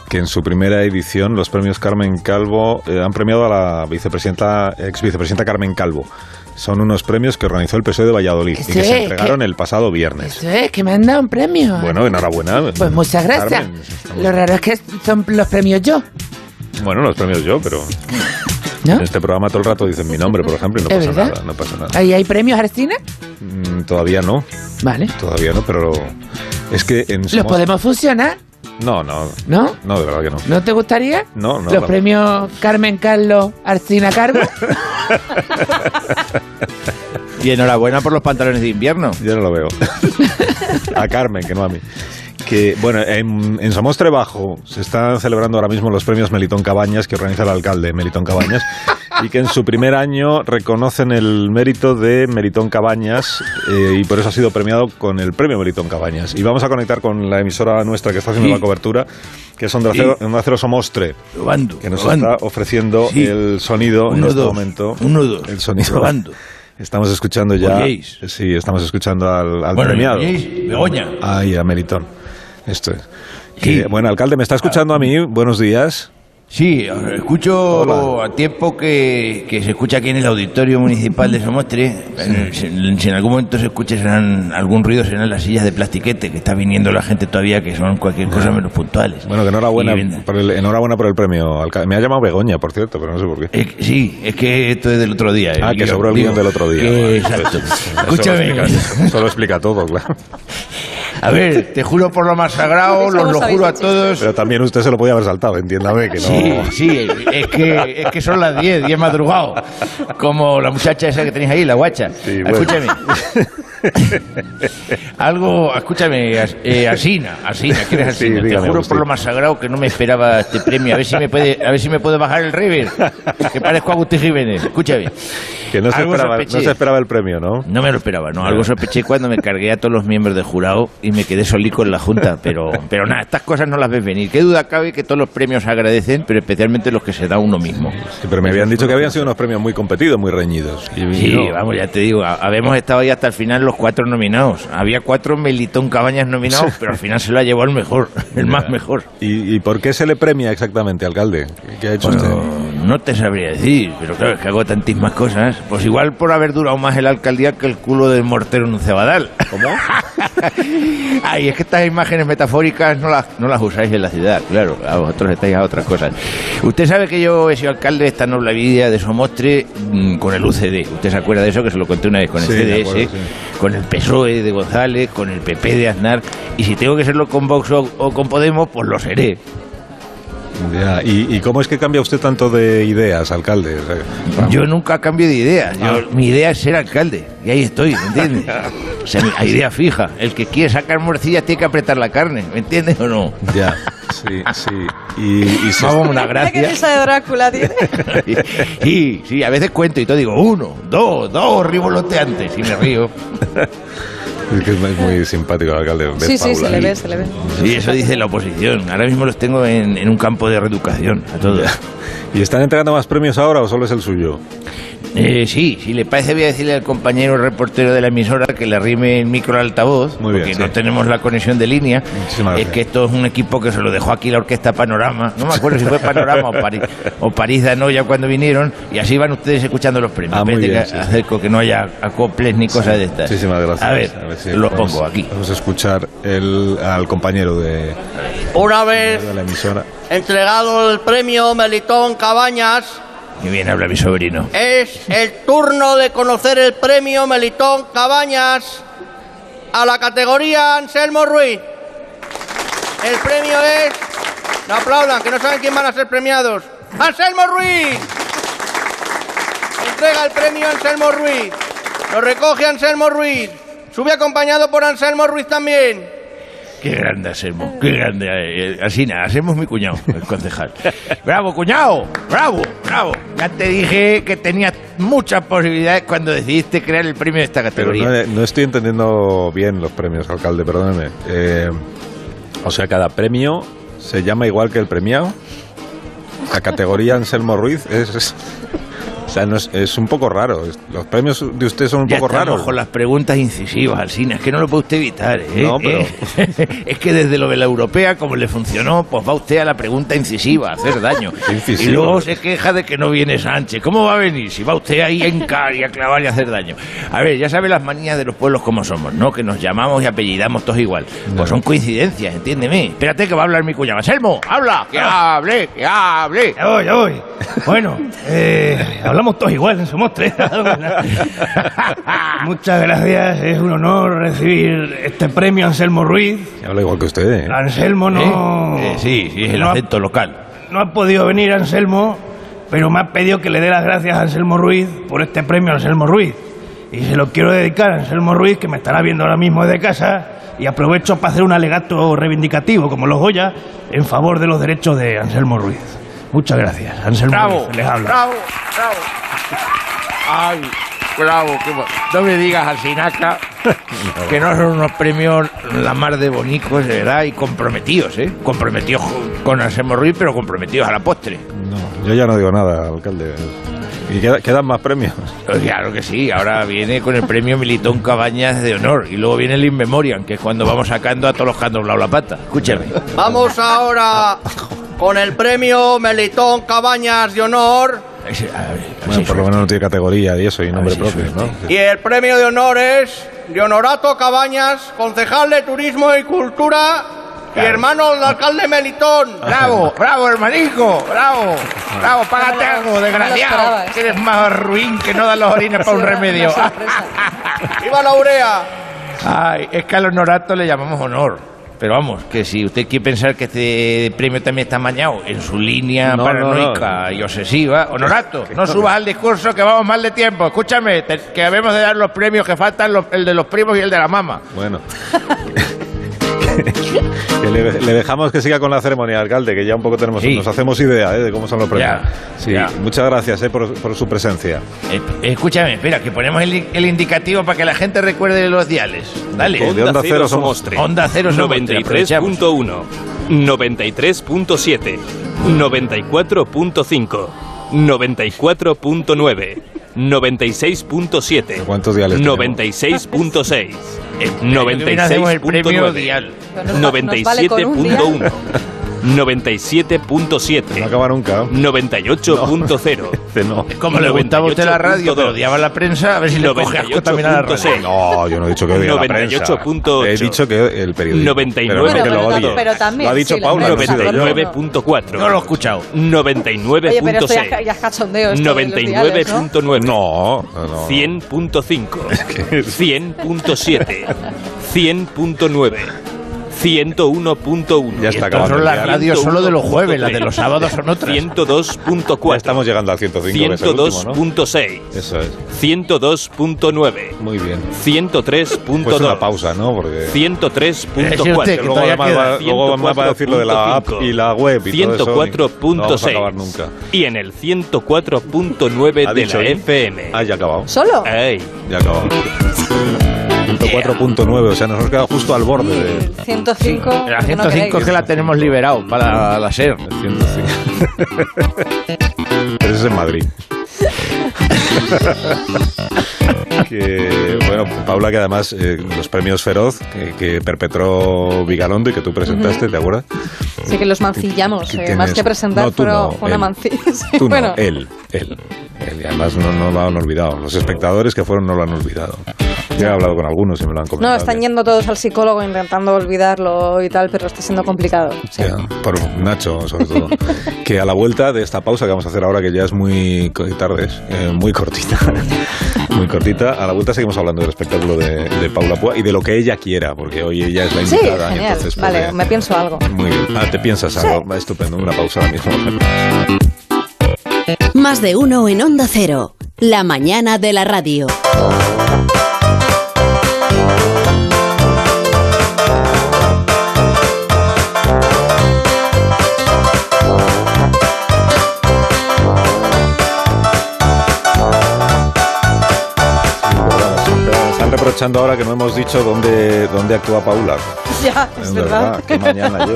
Speaker 1: Que en su primera edición, los premios Carmen Calvo eh, han premiado a la vicepresidenta, ex vicepresidenta Carmen Calvo. Son unos premios que organizó el PSOE E de Valladolid y
Speaker 13: sí,
Speaker 1: que se entregaron el pasado viernes.
Speaker 13: Eso es, que me han dado un premio.
Speaker 1: Bueno, enhorabuena.
Speaker 13: Pues muchas gracias.
Speaker 1: Carmen.
Speaker 13: Lo raro es que son los premios yo.
Speaker 1: Bueno, los premios yo, pero... En este programa todo el rato dicen mi nombre, por ejemplo, y no
Speaker 13: ¿Es
Speaker 1: pasa
Speaker 13: verdad?
Speaker 1: nada, no pasa nada.
Speaker 13: ¿Ahí hay premios, Argentina?
Speaker 1: Mm, Todavía no.
Speaker 13: Vale.
Speaker 1: Todavía no, pero es que en
Speaker 13: ¿Los
Speaker 1: Somos-
Speaker 13: podemos fusionar?
Speaker 1: No, no.
Speaker 13: ¿No?
Speaker 1: No, de verdad que no.
Speaker 13: ¿No te gustaría?
Speaker 1: No, no,
Speaker 13: Los
Speaker 1: la-
Speaker 13: premios Carmen Carlos Arcina Cargo.
Speaker 3: Y enhorabuena por los pantalones de invierno.
Speaker 1: Yo no lo veo. a Carmen, que no a mí. Que, bueno, en, en Somostre Bajo se están celebrando ahora mismo los premios Melitón Cabañas que organiza el alcalde Melitón Cabañas y que en su primer año reconocen el mérito de Melitón Cabañas eh, y por eso ha sido premiado con el premio Melitón Cabañas. Y vamos a conectar con la emisora nuestra que está haciendo
Speaker 3: Sí.
Speaker 1: la cobertura, que es Onda Cero,
Speaker 3: Sí.
Speaker 1: Onda Cero Somostre,
Speaker 3: Probando,
Speaker 1: que nos
Speaker 3: probando.
Speaker 1: está ofreciendo
Speaker 3: Sí.
Speaker 1: el sonido en
Speaker 3: Uno,
Speaker 1: este
Speaker 3: dos.
Speaker 1: momento.
Speaker 3: Uno, dos.
Speaker 1: El sonido.
Speaker 3: Probando.
Speaker 1: Estamos escuchando ya.
Speaker 3: ¿Oyeis?
Speaker 1: Sí, estamos escuchando al, al
Speaker 3: Bueno,
Speaker 1: premiado.
Speaker 3: ¿oyeis? Begoña.
Speaker 1: Ay, a Melitón. Esto es. Que, bueno, alcalde, ¿me está
Speaker 3: Ah.
Speaker 1: escuchando a mí? Buenos días.
Speaker 3: Sí, escucho a tiempo que, que se escucha aquí en el auditorio municipal de Somostre. En- Si, en- si en algún momento se escucha serán- algún ruido, serán las sillas de plastiquete, que está viniendo la gente todavía, que son cualquier cosa menos puntuales.
Speaker 1: Bueno, que enhorabuena,
Speaker 3: Y bien.
Speaker 1: por el, enhorabuena por el premio. alcalde. Me ha llamado Begoña, por cierto, pero no sé por qué.
Speaker 3: Sí, es que esto es del otro día.
Speaker 1: Ah, que
Speaker 3: guión,
Speaker 1: sobró el
Speaker 3: digo,
Speaker 1: guión del otro día.
Speaker 3: que-
Speaker 1: Vale,
Speaker 3: exacto.
Speaker 1: pues,
Speaker 3: Escúchame.
Speaker 1: Eso lo, explica, eso lo explica todo, claro.
Speaker 3: A ver, te juro por lo más sagrado, los lo juro a todos.
Speaker 1: Pero también usted se lo podía haber saltado, entiéndame que no.
Speaker 3: Sí, sí, es que, es que son las 10, 10 madrugado. Como la muchacha esa que tenéis ahí, la guacha.
Speaker 1: bueno.
Speaker 3: Escúchame. Algo, escúchame, as- eh, Asina, Asina, ¿quién es
Speaker 1: Sí,
Speaker 3: Asina? Te
Speaker 1: dígame,
Speaker 3: juro
Speaker 1: Agustín.
Speaker 3: por lo más sagrado que no me esperaba este premio. A ver si me puede, a ver si me puedo bajar el river, que parezco a Agustín Jiménez. Escúchame.
Speaker 1: Que no se,
Speaker 3: Algo
Speaker 1: esperaba,
Speaker 3: sospeché. Mm.
Speaker 1: no se esperaba el premio, ¿no?
Speaker 3: No me lo esperaba, no. Algo sospeché cuando me cargué a todos los miembros del jurado y me quedé solico en la junta. Pero, pero nada, estas cosas no las ves venir. Qué duda cabe que todos los premios se agradecen, pero especialmente los que se da uno mismo.
Speaker 1: Sí, pero me habían dicho que habían sido unos premios muy competidos, muy reñidos. Y-
Speaker 3: Sí,
Speaker 1: no.
Speaker 3: vamos, ya te digo, ha- habíamos estado ahí hasta el final los cuatro nominados. Había cuatro Melitón Cabañas nominados, pero al final se lo ha llevado el mejor, el más mejor.
Speaker 1: ¿Y, y por qué se le premia exactamente, alcalde? ¿Qué ha hecho usted?
Speaker 3: No te sabría decir, pero claro, es que hago tantísimas cosas. Pues igual por haber durado más en la alcaldía que el culo del mortero en un cebadal. ¿Cómo? Ay, es que estas imágenes metafóricas no las, no las usáis en la ciudad, claro. A vosotros estáis a otras cosas. Usted sabe que yo he sido alcalde de esta noble vida de Somostre mm, con el UCD. Usted se acuerda de eso, que se lo conté una vez con el
Speaker 1: Sí, me
Speaker 3: CDS,
Speaker 1: acuerdo, sí.
Speaker 3: con el PSOE E de González, con el PP de Aznar. Y si tengo que serlo con Vox o- o con Podemos, pues lo seré.
Speaker 1: Ya, ¿y, y cómo es que cambia usted tanto de ideas, alcalde? O sea, Ramón.
Speaker 3: Yo nunca cambio de idea. Yo-
Speaker 1: Ah.
Speaker 3: Mi idea es ser alcalde. Y ahí estoy, ¿me entiendes? O sea, mi- la idea fija. El que quiere sacar morcillas tiene que apretar la carne, ¿me entiendes o no?
Speaker 1: Ya, sí, sí. Y, y se-
Speaker 3: Vamos, una
Speaker 10: ¿Qué
Speaker 3: gracia.
Speaker 10: risa de Drácula tiene?
Speaker 3: Sí, sí, a veces cuento y todo digo, uno, dos, dos rivoloteantes y me río.
Speaker 1: Es que es muy simpático el alcalde.
Speaker 10: Sí, sí, se le
Speaker 1: Paula.
Speaker 10: ve, se le ve.
Speaker 3: Sí, eso dice la oposición. Ahora mismo los tengo en, en un campo de reeducación a todos.
Speaker 1: ¿Y están entregando más premios ahora o solo es el suyo?
Speaker 3: Eh, sí, si le parece voy a decirle al compañero reportero de la emisora que le arrime el micro al altavoz,
Speaker 1: Muy bien,
Speaker 3: porque
Speaker 1: sí.
Speaker 3: no tenemos la conexión de línea.
Speaker 1: Muchísimas
Speaker 3: es
Speaker 1: gracias.
Speaker 3: que esto es un equipo que se lo dejó aquí la orquesta Panorama. No me acuerdo si fue Panorama o París, o París Danoya cuando vinieron, y así van ustedes escuchando los premios.
Speaker 1: Ah, muy
Speaker 3: Espérate
Speaker 1: bien,
Speaker 3: que
Speaker 1: sí, sí.
Speaker 3: acerco que no haya acoples ni cosas de estas.
Speaker 1: Muchísimas gracias.
Speaker 3: A ver,
Speaker 1: si
Speaker 3: lo
Speaker 1: podemos-
Speaker 3: pongo aquí.
Speaker 1: Vamos a escuchar el, al compañero de,
Speaker 15: Una vez
Speaker 1: de la emisora.
Speaker 15: entregado el premio Melitón Cabañas,
Speaker 3: Y bien habla mi sobrino.
Speaker 15: es el turno de conocer el premio Melitón Cabañas a la categoría Anselmo Ruiz. El premio es... No aplaudan, que no saben quién van a ser premiados. ¡Anselmo Ruiz! Entrega el premio Anselmo Ruiz. Lo recoge Anselmo Ruiz. Sube acompañado por Anselmo Ruiz también.
Speaker 3: Qué grande hacemos, qué grande. eh, eh, Así nada, hacemos mi cuñado, el concejal. ¡Bravo, cuñado! ¡Bravo, bravo! Ya te dije que tenías muchas posibilidades cuando decidiste crear el premio de esta
Speaker 1: Pero
Speaker 3: categoría.
Speaker 1: no, no estoy entendiendo bien los premios, alcalde, perdóneme. Eh, o sea, cada premio se llama igual que el premiado. La categoría Anselmo Ruiz es... O sea, no es, es un poco raro. Es- Los premios de usted son un
Speaker 3: Ya
Speaker 1: poco
Speaker 3: estamos
Speaker 1: raros.
Speaker 3: con las preguntas incisivas, Alcina. Es que no lo puede usted evitar, ¿eh?
Speaker 1: No, pero-
Speaker 3: ¿Eh? es que desde lo de la europea, como le funcionó, pues va usted a la pregunta incisiva, a hacer daño.
Speaker 1: incisivo.
Speaker 3: Y luego se queja de que no viene Sánchez. ¿Cómo va a venir si va usted ahí a hincar y a clavar y a hacer daño? A ver, ya sabe las manías de los pueblos como somos, ¿no? Que nos llamamos y apellidamos todos igual. Pues son coincidencias, entiéndeme. Espérate que va a hablar mi cuñada. ¡Selmo, habla! ¡Que hable, que hable!
Speaker 16: Ya voy, ya voy. Bueno, eh, hablamos todos igual, somos tres. Muchas gracias, es un honor recibir este premio Anselmo Ruiz.
Speaker 1: Habla igual que usted. ¿eh?
Speaker 16: Anselmo no...
Speaker 3: ¿Eh? Eh, sí, sí, es el
Speaker 16: No ha-
Speaker 3: acento local.
Speaker 16: No ha podido venir Anselmo, pero me ha pedido que le dé las gracias a Anselmo Ruiz por este premio Anselmo Ruiz. Y se lo quiero dedicar a Anselmo Ruiz, que me estará viendo ahora mismo desde casa, y aprovecho para hacer un alegato reivindicativo, como los Goya, en favor de los derechos de Anselmo Ruiz. Muchas gracias, Anselmo
Speaker 3: bravo,
Speaker 16: Ruiz. Les habla.
Speaker 3: bravo, bravo. Ay, bravo, qué bo- No me digas al Sinaca que no son unos premios la mar de bonicos, de verdad, y comprometidos, ¿eh? Comprometidos jo- con Anselmo Ruiz, pero comprometidos a la postre.
Speaker 1: Yo ya no digo nada, alcalde. Y queda- quedan más premios.
Speaker 3: Pues Claro que sí, ahora viene con el premio Militón Cabañas de Honor y luego viene el In Memoriam, que es cuando vamos sacando a todos los que han doblado la pata. Escúchame.
Speaker 15: Vamos ahora con el premio Melitón Cabañas de Honor.
Speaker 1: Bueno, por lo menos no tiene categoría y eso, y nombre propio, ¿no?
Speaker 15: Y el premio de honor es de Honorato Cabañas, concejal de Turismo y Cultura y hermano del alcalde Melitón.
Speaker 3: Bravo, bravo, hermanico, bravo, bravo, págate algo, desgraciado.
Speaker 15: esperabas.
Speaker 3: Que eres más ruin que no dan los orines para un remedio.
Speaker 15: ¡Viva la urea!
Speaker 3: Ay, es que al honorato le llamamos honor. Pero vamos, que si usted quiere pensar que este premio también está mañado en su línea
Speaker 1: No,
Speaker 3: paranoica
Speaker 1: no, no.
Speaker 3: y obsesiva, honorato, no subas al discurso que vamos mal de tiempo. Escúchame, te- que habemos de dar los premios que faltan, los- el de los primos y el de la mama.
Speaker 1: Bueno. Que le, le dejamos que siga con la ceremonia, alcalde, que ya un poco tenemos, nos hacemos idea ¿eh? de cómo son los premios. sí, muchas gracias ¿eh? por, por su presencia.
Speaker 3: Eh, escúchame, espera, que ponemos el, el indicativo para que la gente recuerde los diales. Dale.
Speaker 1: De Onda Cero somos tres.
Speaker 3: Onda Cero somos tres, aprovechamos.
Speaker 17: 93.1, 93.7, 94.5, 94.9. 96.7
Speaker 1: ¿Cuántos diales tenemos?
Speaker 17: 96.6
Speaker 3: viene hacemos el premio
Speaker 17: 96.9
Speaker 3: dial.
Speaker 10: Nos vale con un dial.
Speaker 17: 97.1 97.7 No acaba
Speaker 1: nunca
Speaker 17: 98.0
Speaker 3: Como le gustaba a usted la radio, pero odiaba la prensa, a ver si le coge asco también a la radio.
Speaker 1: No, yo no he dicho que odie a la prensa.
Speaker 17: 98.8.
Speaker 1: He dicho que el periodismo.
Speaker 17: 99.
Speaker 1: Pero no que lo
Speaker 17: Bueno,
Speaker 1: odie.
Speaker 10: pero también,
Speaker 1: Lo ha dicho
Speaker 10: sí, la
Speaker 1: Paula, no he sido yo.
Speaker 17: 99.4 No
Speaker 3: lo he escuchado
Speaker 10: Oye, pero esto ya,
Speaker 17: 99.6
Speaker 10: ya es cachondeo. esto de los diales, ¿no?
Speaker 17: 99.9
Speaker 1: No,
Speaker 17: 100.5 100.7 100.9 101.1
Speaker 1: Ya está acabando Son el las día. radios solo de los jueves, las de los sábados son otras.
Speaker 17: 102.4
Speaker 1: Estamos llegando al 105. que es el último, ¿no?
Speaker 17: 102.6
Speaker 1: Eso es.
Speaker 17: 102.9
Speaker 1: Muy bien.
Speaker 17: 103.2
Speaker 1: Pues una pausa, ¿no? Porque...
Speaker 10: Eh,
Speaker 17: 103.4.
Speaker 1: Que luego además va, luego además va a decir lo de la app
Speaker 17: 104.5,
Speaker 1: y la web y todo eso. ni- No vamos a
Speaker 17: 104.6.
Speaker 1: acabar nunca.
Speaker 17: Y en el 104.9
Speaker 1: Ha
Speaker 17: de
Speaker 1: dicho,
Speaker 17: la
Speaker 1: ¿eh?
Speaker 17: FM.
Speaker 1: Ah, ya ha acabado.
Speaker 10: ¿Solo?
Speaker 17: Ey.
Speaker 1: Ya ha acabado. 104.9, o sea, nos hemos quedado justo al borde de...
Speaker 10: 105.
Speaker 3: La
Speaker 10: no
Speaker 3: 105 es
Speaker 10: queréis.
Speaker 3: que la tenemos liberado para la SER.
Speaker 1: Pero eso es en Madrid. que, bueno, Paula, que además eh, los premios Feroz que, que perpetró Vigalondo y que tú presentaste, ¿te acuerdas?
Speaker 10: Sí, que los mancillamos.
Speaker 1: ¿Qué
Speaker 10: eh,
Speaker 1: tienes?
Speaker 10: más que presentar,
Speaker 1: No, tú
Speaker 10: pero
Speaker 1: no,
Speaker 10: fue una
Speaker 1: él.
Speaker 10: mancilla. Sí,
Speaker 1: Tú no,
Speaker 10: bueno,
Speaker 1: él, él, él. Y además no, no lo han olvidado. Los espectadores que fueron no lo han olvidado. Yo he hablado con algunos y me lo han
Speaker 10: No,
Speaker 1: comentado.
Speaker 10: están yendo todos al psicólogo intentando olvidarlo y tal, pero está siendo complicado.
Speaker 1: Sí, por Nacho, sobre todo. que a la vuelta de esta pausa que vamos a hacer ahora, que ya es muy co- tarde, es, eh, muy cortita, muy cortita, a la vuelta seguimos hablando del espectáculo de, de Paula Púa y de lo que ella quiera, porque hoy ella es la
Speaker 10: Sí,
Speaker 1: invitada. y
Speaker 10: genial.
Speaker 1: entonces puede-
Speaker 10: Vale, me pienso algo.
Speaker 1: Muy bien. Ah, te piensas algo. Va, Estupendo, una pausa ahora mismo.
Speaker 14: Más de uno en Onda Cero. La mañana de la radio.
Speaker 1: Están- Están reprochando ahora que no hemos dicho dónde, dónde actúa Paula.
Speaker 10: Ya, es
Speaker 1: Es
Speaker 10: verdad.
Speaker 1: verdad, que mañana yo-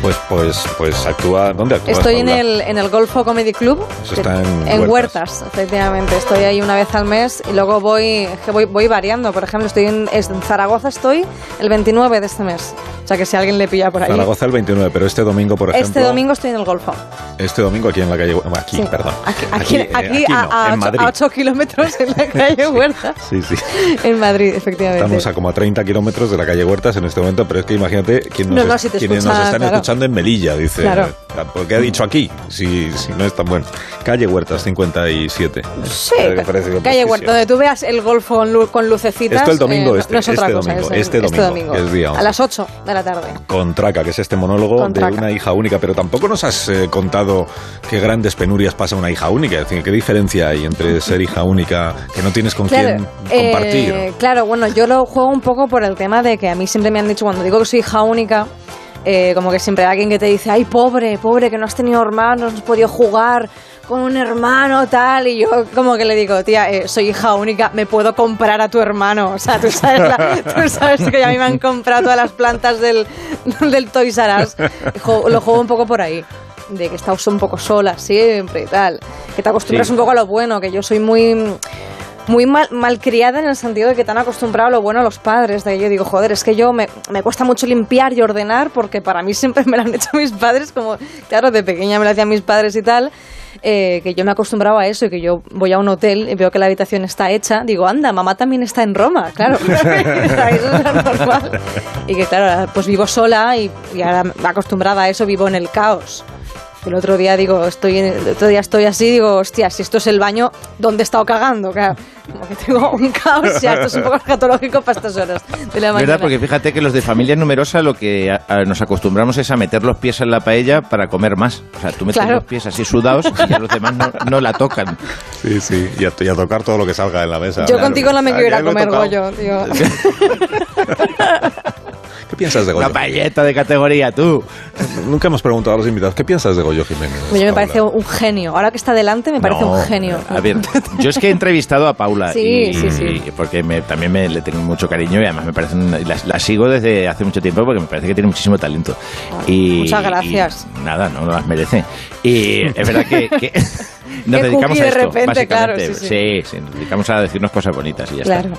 Speaker 1: Pues, pues, pues actúa. ¿Dónde actúa?
Speaker 10: Estoy en el, en el Golfo Comedy Club.
Speaker 1: Eso está en
Speaker 10: Huertas. efectivamente. Estoy ahí una vez al mes y luego voy, que voy, voy variando. Por ejemplo, estoy en, es- en Zaragoza estoy el 29 de este mes. O sea que si alguien le pilla por ahí.
Speaker 1: Zaragoza el 29, pero este domingo, por ejemplo.
Speaker 10: este domingo estoy en el Golfo.
Speaker 1: Este domingo aquí en la calle. bueno, Aquí, perdón.
Speaker 10: Aquí,
Speaker 1: eh,
Speaker 10: aquí
Speaker 1: aquí
Speaker 10: a,
Speaker 1: no,
Speaker 10: a
Speaker 1: en
Speaker 10: ocho-
Speaker 1: Madrid.
Speaker 10: a 8 kilómetros en la calle Huertas.
Speaker 1: Sí, sí.
Speaker 10: En Madrid, efectivamente.
Speaker 1: Estamos a como a 30 kilómetros de la calle Huertas en este momento, pero es que imagínate quienes
Speaker 10: No,
Speaker 1: nos,
Speaker 10: no,
Speaker 1: es-
Speaker 10: si te
Speaker 1: quienes
Speaker 10: escucha,
Speaker 1: nos están
Speaker 10: claro.
Speaker 1: escuchando en Melilla, dice.
Speaker 10: Claro.
Speaker 1: ¿Por qué ha dicho aquí? Si, si no es tan bueno. Calle Huertas 57.
Speaker 10: Sí,
Speaker 1: Parece- parece que
Speaker 10: calle Huertas,
Speaker 1: precioso.
Speaker 10: donde tú veas el Golfo con, lu- con lucecitas. eh,
Speaker 1: Esto el domingo,
Speaker 10: no-
Speaker 1: este-
Speaker 10: no es otra
Speaker 1: este
Speaker 10: cosa,
Speaker 1: domingo,
Speaker 10: es
Speaker 1: este
Speaker 10: en-
Speaker 1: domingo, que es día
Speaker 10: a las 8 de la tarde.
Speaker 1: Contraca, que es este monólogo
Speaker 10: Contraca.
Speaker 1: de una hija única, pero tampoco nos has eh, contado qué grandes penurias pasa una hija única. Es decir, ¿qué diferencia hay entre ser hija única que no tienes con quién
Speaker 10: eh,
Speaker 1: compartir?
Speaker 10: claro, bueno, yo lo juego un poco por el tema de que a mí siempre me han dicho, cuando digo que soy hija única, eh, como que siempre hay alguien que te dice, ay, pobre, pobre, que no has tenido hermanos, no has podido jugar con un hermano, tal, y yo como que le digo, tía, eh, soy hija única, me puedo comprar a tu hermano, o sea, tú sabes, la- tú sabes que ya a mí me han comprado todas las plantas del, del Toys R Us. Jo- lo juego un poco por ahí. De que estás un poco sola siempre y tal. Que te acostumbras
Speaker 18: Sí.
Speaker 10: un poco a lo bueno, que yo soy muy muy mal, malcriada en el sentido de que te han acostumbrado a lo bueno a los padres. De que yo digo, joder, es que yo me, me cuesta mucho limpiar y ordenar porque para mí siempre me lo han hecho mis padres, como claro, de pequeña me lo hacían mis padres y tal. eh, que yo me acostumbraba a eso y que yo voy a un hotel y veo que la habitación está hecha, digo, anda, mamá también está en Roma, claro. Eso es lo normal. Y que claro, ahora, pues vivo sola y, y ahora acostumbrada a eso vivo en el caos. El otro día digo, estoy en- el otro día estoy así, digo, hostia, si esto es el baño, ¿dónde he estado cagando? Claro, como que tengo un caos, ya, esto es un poco escatológico para estas horas de la mañana.
Speaker 3: ¿Verdad? Porque fíjate que los de familia numerosa lo que a- a- nos acostumbramos es a meter los pies en la paella para comer más. O sea, tú metes
Speaker 10: Claro.
Speaker 3: los pies así sudados y ya los demás no, no la tocan.
Speaker 1: Sí, sí. Y a, y a tocar todo lo que salga en la mesa.
Speaker 10: yo
Speaker 1: Claro.
Speaker 10: contigo no me
Speaker 1: Ah,
Speaker 10: quiero ir
Speaker 1: ya
Speaker 10: a
Speaker 1: lo he
Speaker 10: comer
Speaker 1: tocado.
Speaker 10: Goyo, tío.
Speaker 1: ¿Qué piensas de Goyo?
Speaker 3: Una paelleta de categoría, tú.
Speaker 1: Nunca hemos preguntado a los invitados, ¿qué piensas de Goyo Jiménez?
Speaker 10: Yo me parece un genio. Ahora que está delante me parece
Speaker 3: No,
Speaker 10: un genio.
Speaker 3: A ver, yo es que he entrevistado a Paula
Speaker 10: Sí,
Speaker 3: y,
Speaker 10: sí, sí.
Speaker 3: y- porque me- también me, le tengo mucho cariño y además me parece una- la, la sigo desde hace mucho tiempo porque me parece que tiene muchísimo talento. Y-
Speaker 10: muchas
Speaker 3: y
Speaker 10: gracias.
Speaker 3: nada, no las merece. Y es verdad que, que nos
Speaker 10: Qué
Speaker 3: dedicamos
Speaker 10: cookie
Speaker 3: a
Speaker 10: de
Speaker 3: esto,
Speaker 10: repente,
Speaker 3: básicamente.
Speaker 10: claro, sí,
Speaker 3: sí,
Speaker 10: sí.
Speaker 3: sí, nos dedicamos a decirnos cosas bonitas y ya
Speaker 10: claro.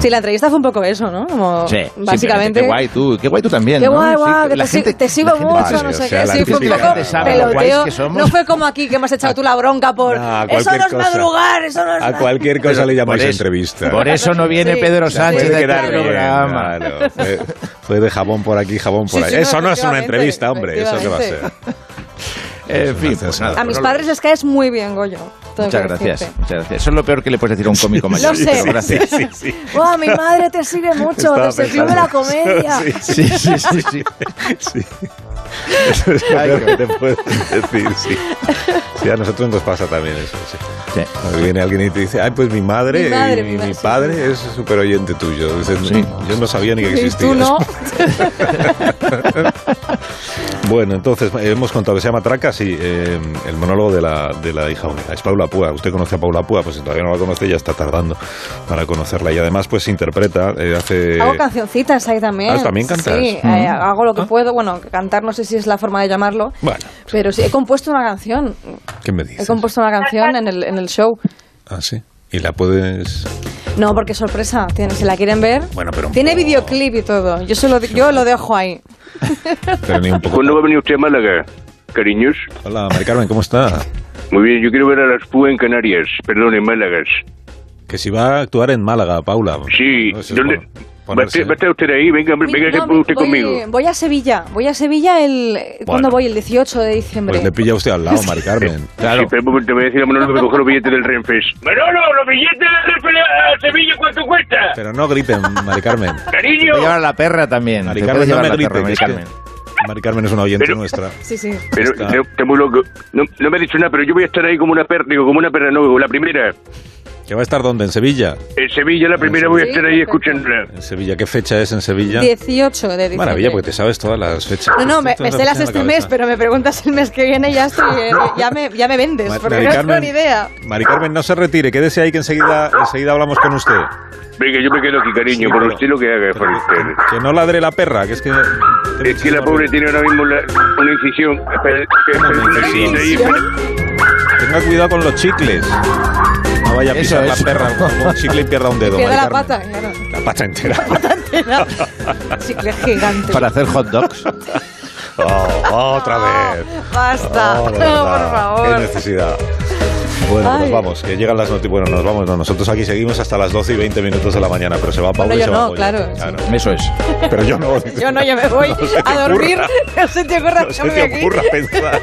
Speaker 10: Sí, la entrevista fue un poco eso, ¿no? Como
Speaker 3: está. Sí, simplemente,
Speaker 10: básicamente.
Speaker 3: Qué guay tú, qué guay tú también.
Speaker 10: Qué
Speaker 3: ¿no?
Speaker 10: guay,
Speaker 3: Sí,
Speaker 10: guau, que
Speaker 3: la
Speaker 10: te, sig-
Speaker 3: gente-
Speaker 10: te sigo
Speaker 3: la gente-
Speaker 10: mucho,
Speaker 3: Vale,
Speaker 10: no sé
Speaker 3: o sea,
Speaker 10: qué.
Speaker 3: la
Speaker 10: Sí, fue un
Speaker 3: típica
Speaker 10: poco
Speaker 3: gente sabe lo guays
Speaker 10: peloteo.
Speaker 3: que somos.
Speaker 10: No fue como aquí que me has echado tú la bronca por.
Speaker 1: Ah,
Speaker 10: eso
Speaker 1: cualquier
Speaker 10: no es
Speaker 1: cosa.
Speaker 10: madrugar, eso no es.
Speaker 1: A cualquier cosa le llamáis
Speaker 3: por eso-
Speaker 1: entrevista.
Speaker 3: por eso no viene Sí. Pedro Sánchez
Speaker 1: Puede
Speaker 3: de
Speaker 1: quedar
Speaker 3: este
Speaker 1: bien,
Speaker 3: programa.
Speaker 1: claro. Fue- Fue de jabón por aquí, jabón por
Speaker 10: Sí,
Speaker 1: ahí.
Speaker 10: sí, no,
Speaker 1: eso no es una
Speaker 10: efectivamente,
Speaker 1: entrevista, hombre. Eso qué va a ser.
Speaker 10: efectivamente.
Speaker 3: En fin, pues nada.
Speaker 10: A mis
Speaker 3: no lo-
Speaker 10: padres les caes muy bien, Goyo. Tengo
Speaker 3: Muchas
Speaker 10: que
Speaker 3: gracias,
Speaker 10: decirte.
Speaker 3: muchas gracias. Eso es lo peor que le puedes decir a un cómico mayor.
Speaker 10: Lo sé.
Speaker 3: pero gracias.
Speaker 10: Sí, Guau, mi madre te sigue mucho
Speaker 3: Estaba
Speaker 10: desde el Club de la
Speaker 3: pensando.
Speaker 10: Comedia.
Speaker 3: Sí, sí, sí, sí.
Speaker 1: Eso es lo peor que te puedo decir, sí. Sí, a nosotros nos pasa también eso. Sí. Cuando Viene alguien y te dice, ay, pues mi madre,
Speaker 10: Mi madre,
Speaker 1: y mi,
Speaker 10: mi madre,
Speaker 1: mi
Speaker 10: sí.
Speaker 1: padre es súper oyente tuyo. Dices, Yo no sabía ni que
Speaker 10: Y
Speaker 1: existía.
Speaker 10: tú no.
Speaker 1: Bueno, entonces eh, hemos contado que se llama Traca, sí, eh, el monólogo de la, de la hija única. Es Paula Púa. Usted conoce a Paula Púa, pues si todavía no la conoce, ya está tardando para conocerla. Y además, pues interpreta, eh, hace.
Speaker 10: Hago cancioncitas ahí también.
Speaker 1: Ah, ¿también cantas?
Speaker 10: Sí,
Speaker 1: Mm.
Speaker 10: eh, hago lo que puedo. Bueno, cantar no sé si es la forma de llamarlo.
Speaker 1: Bueno,
Speaker 10: Pero sí, he compuesto una canción.
Speaker 1: ¿qué me
Speaker 10: He
Speaker 1: dices?
Speaker 10: compuesto una canción en el, en el show.
Speaker 1: Ah, sí. Y la puedes.
Speaker 10: No, porque sorpresa, tiene, si la quieren ver.
Speaker 1: Bueno, pero un
Speaker 10: Tiene videoclip y todo. Yo, se lo, di- yo lo dejo ahí.
Speaker 19: ¿Cuándo va a venir usted a Málaga, cariños?
Speaker 1: Hola, Mari Carmen, ¿cómo está?
Speaker 19: Muy bien, yo quiero ver a las PUA en Canarias, perdón, en Málagas.
Speaker 1: Que si va a actuar en Málaga, Paula.
Speaker 19: Sí,
Speaker 1: No, eso es
Speaker 19: ¿dónde? Va a,
Speaker 1: ponerse-
Speaker 19: estar, va a estar usted ahí, venga, venga que
Speaker 10: No,
Speaker 19: puede usted
Speaker 10: voy,
Speaker 19: conmigo.
Speaker 10: voy a Sevilla. Voy a Sevilla el. ¿Cuándo voy? El 18 de diciembre.
Speaker 1: Pues le pilla usted al lado, Mari Carmen. Claro.
Speaker 19: Sí, pero un momento, voy a decir a Manolo que coja los billetes del Renfes.
Speaker 12: Manolo, los billetes de Renfe a Sevilla, ¿cuánto cuesta?
Speaker 1: Pero no gripen, Mari Carmen.
Speaker 3: Te puede llevar a la perra también.
Speaker 1: Mari
Speaker 3: Te puede
Speaker 1: Carmen, no
Speaker 3: llevar
Speaker 1: me
Speaker 3: la perra,
Speaker 1: gripe. que
Speaker 3: Mari
Speaker 1: es que
Speaker 3: Carmen.
Speaker 1: Mari Carmen es una oyente nuestra.
Speaker 10: Sí, sí.
Speaker 19: Pero
Speaker 1: Está.
Speaker 19: está, está muy loco. No, no me ha dicho nada, pero yo voy a estar ahí como una perra, digo, como una perra, no, la primera.
Speaker 1: ¿Que va a estar dónde? ¿En Sevilla?
Speaker 19: En Sevilla, la primera voy a estar ahí escuchándola.
Speaker 1: ¿En Sevilla? ¿Qué fecha es en Sevilla?
Speaker 10: 18 de diciembre.
Speaker 1: Maravilla, porque te sabes todas las fechas.
Speaker 10: No, no, me, me
Speaker 1: Todas
Speaker 10: sé
Speaker 1: fechas
Speaker 10: las
Speaker 1: en la
Speaker 10: este
Speaker 1: cabeza.
Speaker 10: mes, pero me preguntas el mes que viene y ya estoy, eh, ya, me, ya me vendes,
Speaker 1: Ma-
Speaker 10: porque
Speaker 1: Mari
Speaker 10: no tengo
Speaker 1: Carmen.
Speaker 10: ni idea.
Speaker 1: Mari Carmen, no se retire, quédese ahí que enseguida, enseguida hablamos con usted.
Speaker 19: Venga, yo me quedo aquí, cariño, por usted lo que haga, por usted.
Speaker 1: Que no ladre la perra, que es que...
Speaker 19: Es que la pobre tiene ahora mismo la- una incisión. Espera, espera, una incisión ahí, espera.
Speaker 1: Tenga cuidado con los chicles. No vaya a
Speaker 19: Eso
Speaker 1: pisar la
Speaker 19: es.
Speaker 1: perra con un chicle y pierda un
Speaker 19: pues.
Speaker 1: dedo.
Speaker 10: Pierda
Speaker 1: Mari
Speaker 10: la
Speaker 1: Carmen.
Speaker 10: pata, claro.
Speaker 1: La pata entera.
Speaker 10: Chicle gigante.
Speaker 3: Para hacer hot dogs.
Speaker 1: Oh, otra vez.
Speaker 10: Ah, Basta.
Speaker 1: Oh,
Speaker 10: no, por
Speaker 1: de verdad. Qué
Speaker 10: favor.
Speaker 1: necesidad. Bueno,
Speaker 10: Ay.
Speaker 1: nos vamos, que llegan las noticias. Bueno, nos vamos, no, nosotros aquí seguimos hasta las 12 y 20 minutos de la mañana, pero se va Pablo
Speaker 10: Bueno,
Speaker 1: y
Speaker 10: yo
Speaker 1: se va
Speaker 10: no,
Speaker 1: Goyo.
Speaker 10: claro, sí.
Speaker 1: Eso es. Pero yo no.
Speaker 10: Yo no, yo me voy
Speaker 1: No se te
Speaker 10: a dormir.
Speaker 1: ocurra.
Speaker 10: No se te ocurra
Speaker 1: No se
Speaker 10: echarme
Speaker 1: te
Speaker 10: de aquí.
Speaker 1: ocurra pensar.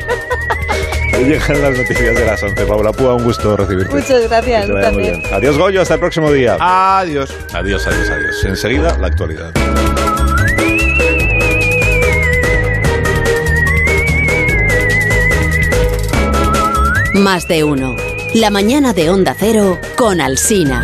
Speaker 1: Llegan las noticias de las 11. Paula Púa, un gusto recibirte.
Speaker 10: Muchas
Speaker 1: Que
Speaker 10: gracias.
Speaker 1: te vaya muy
Speaker 10: también.
Speaker 1: bien. Adiós, Goyo, hasta el próximo día.
Speaker 3: Adiós.
Speaker 1: Adiós, adiós, adiós. Enseguida, la actualidad.
Speaker 14: Más de uno. La mañana de Onda Cero con Alsina.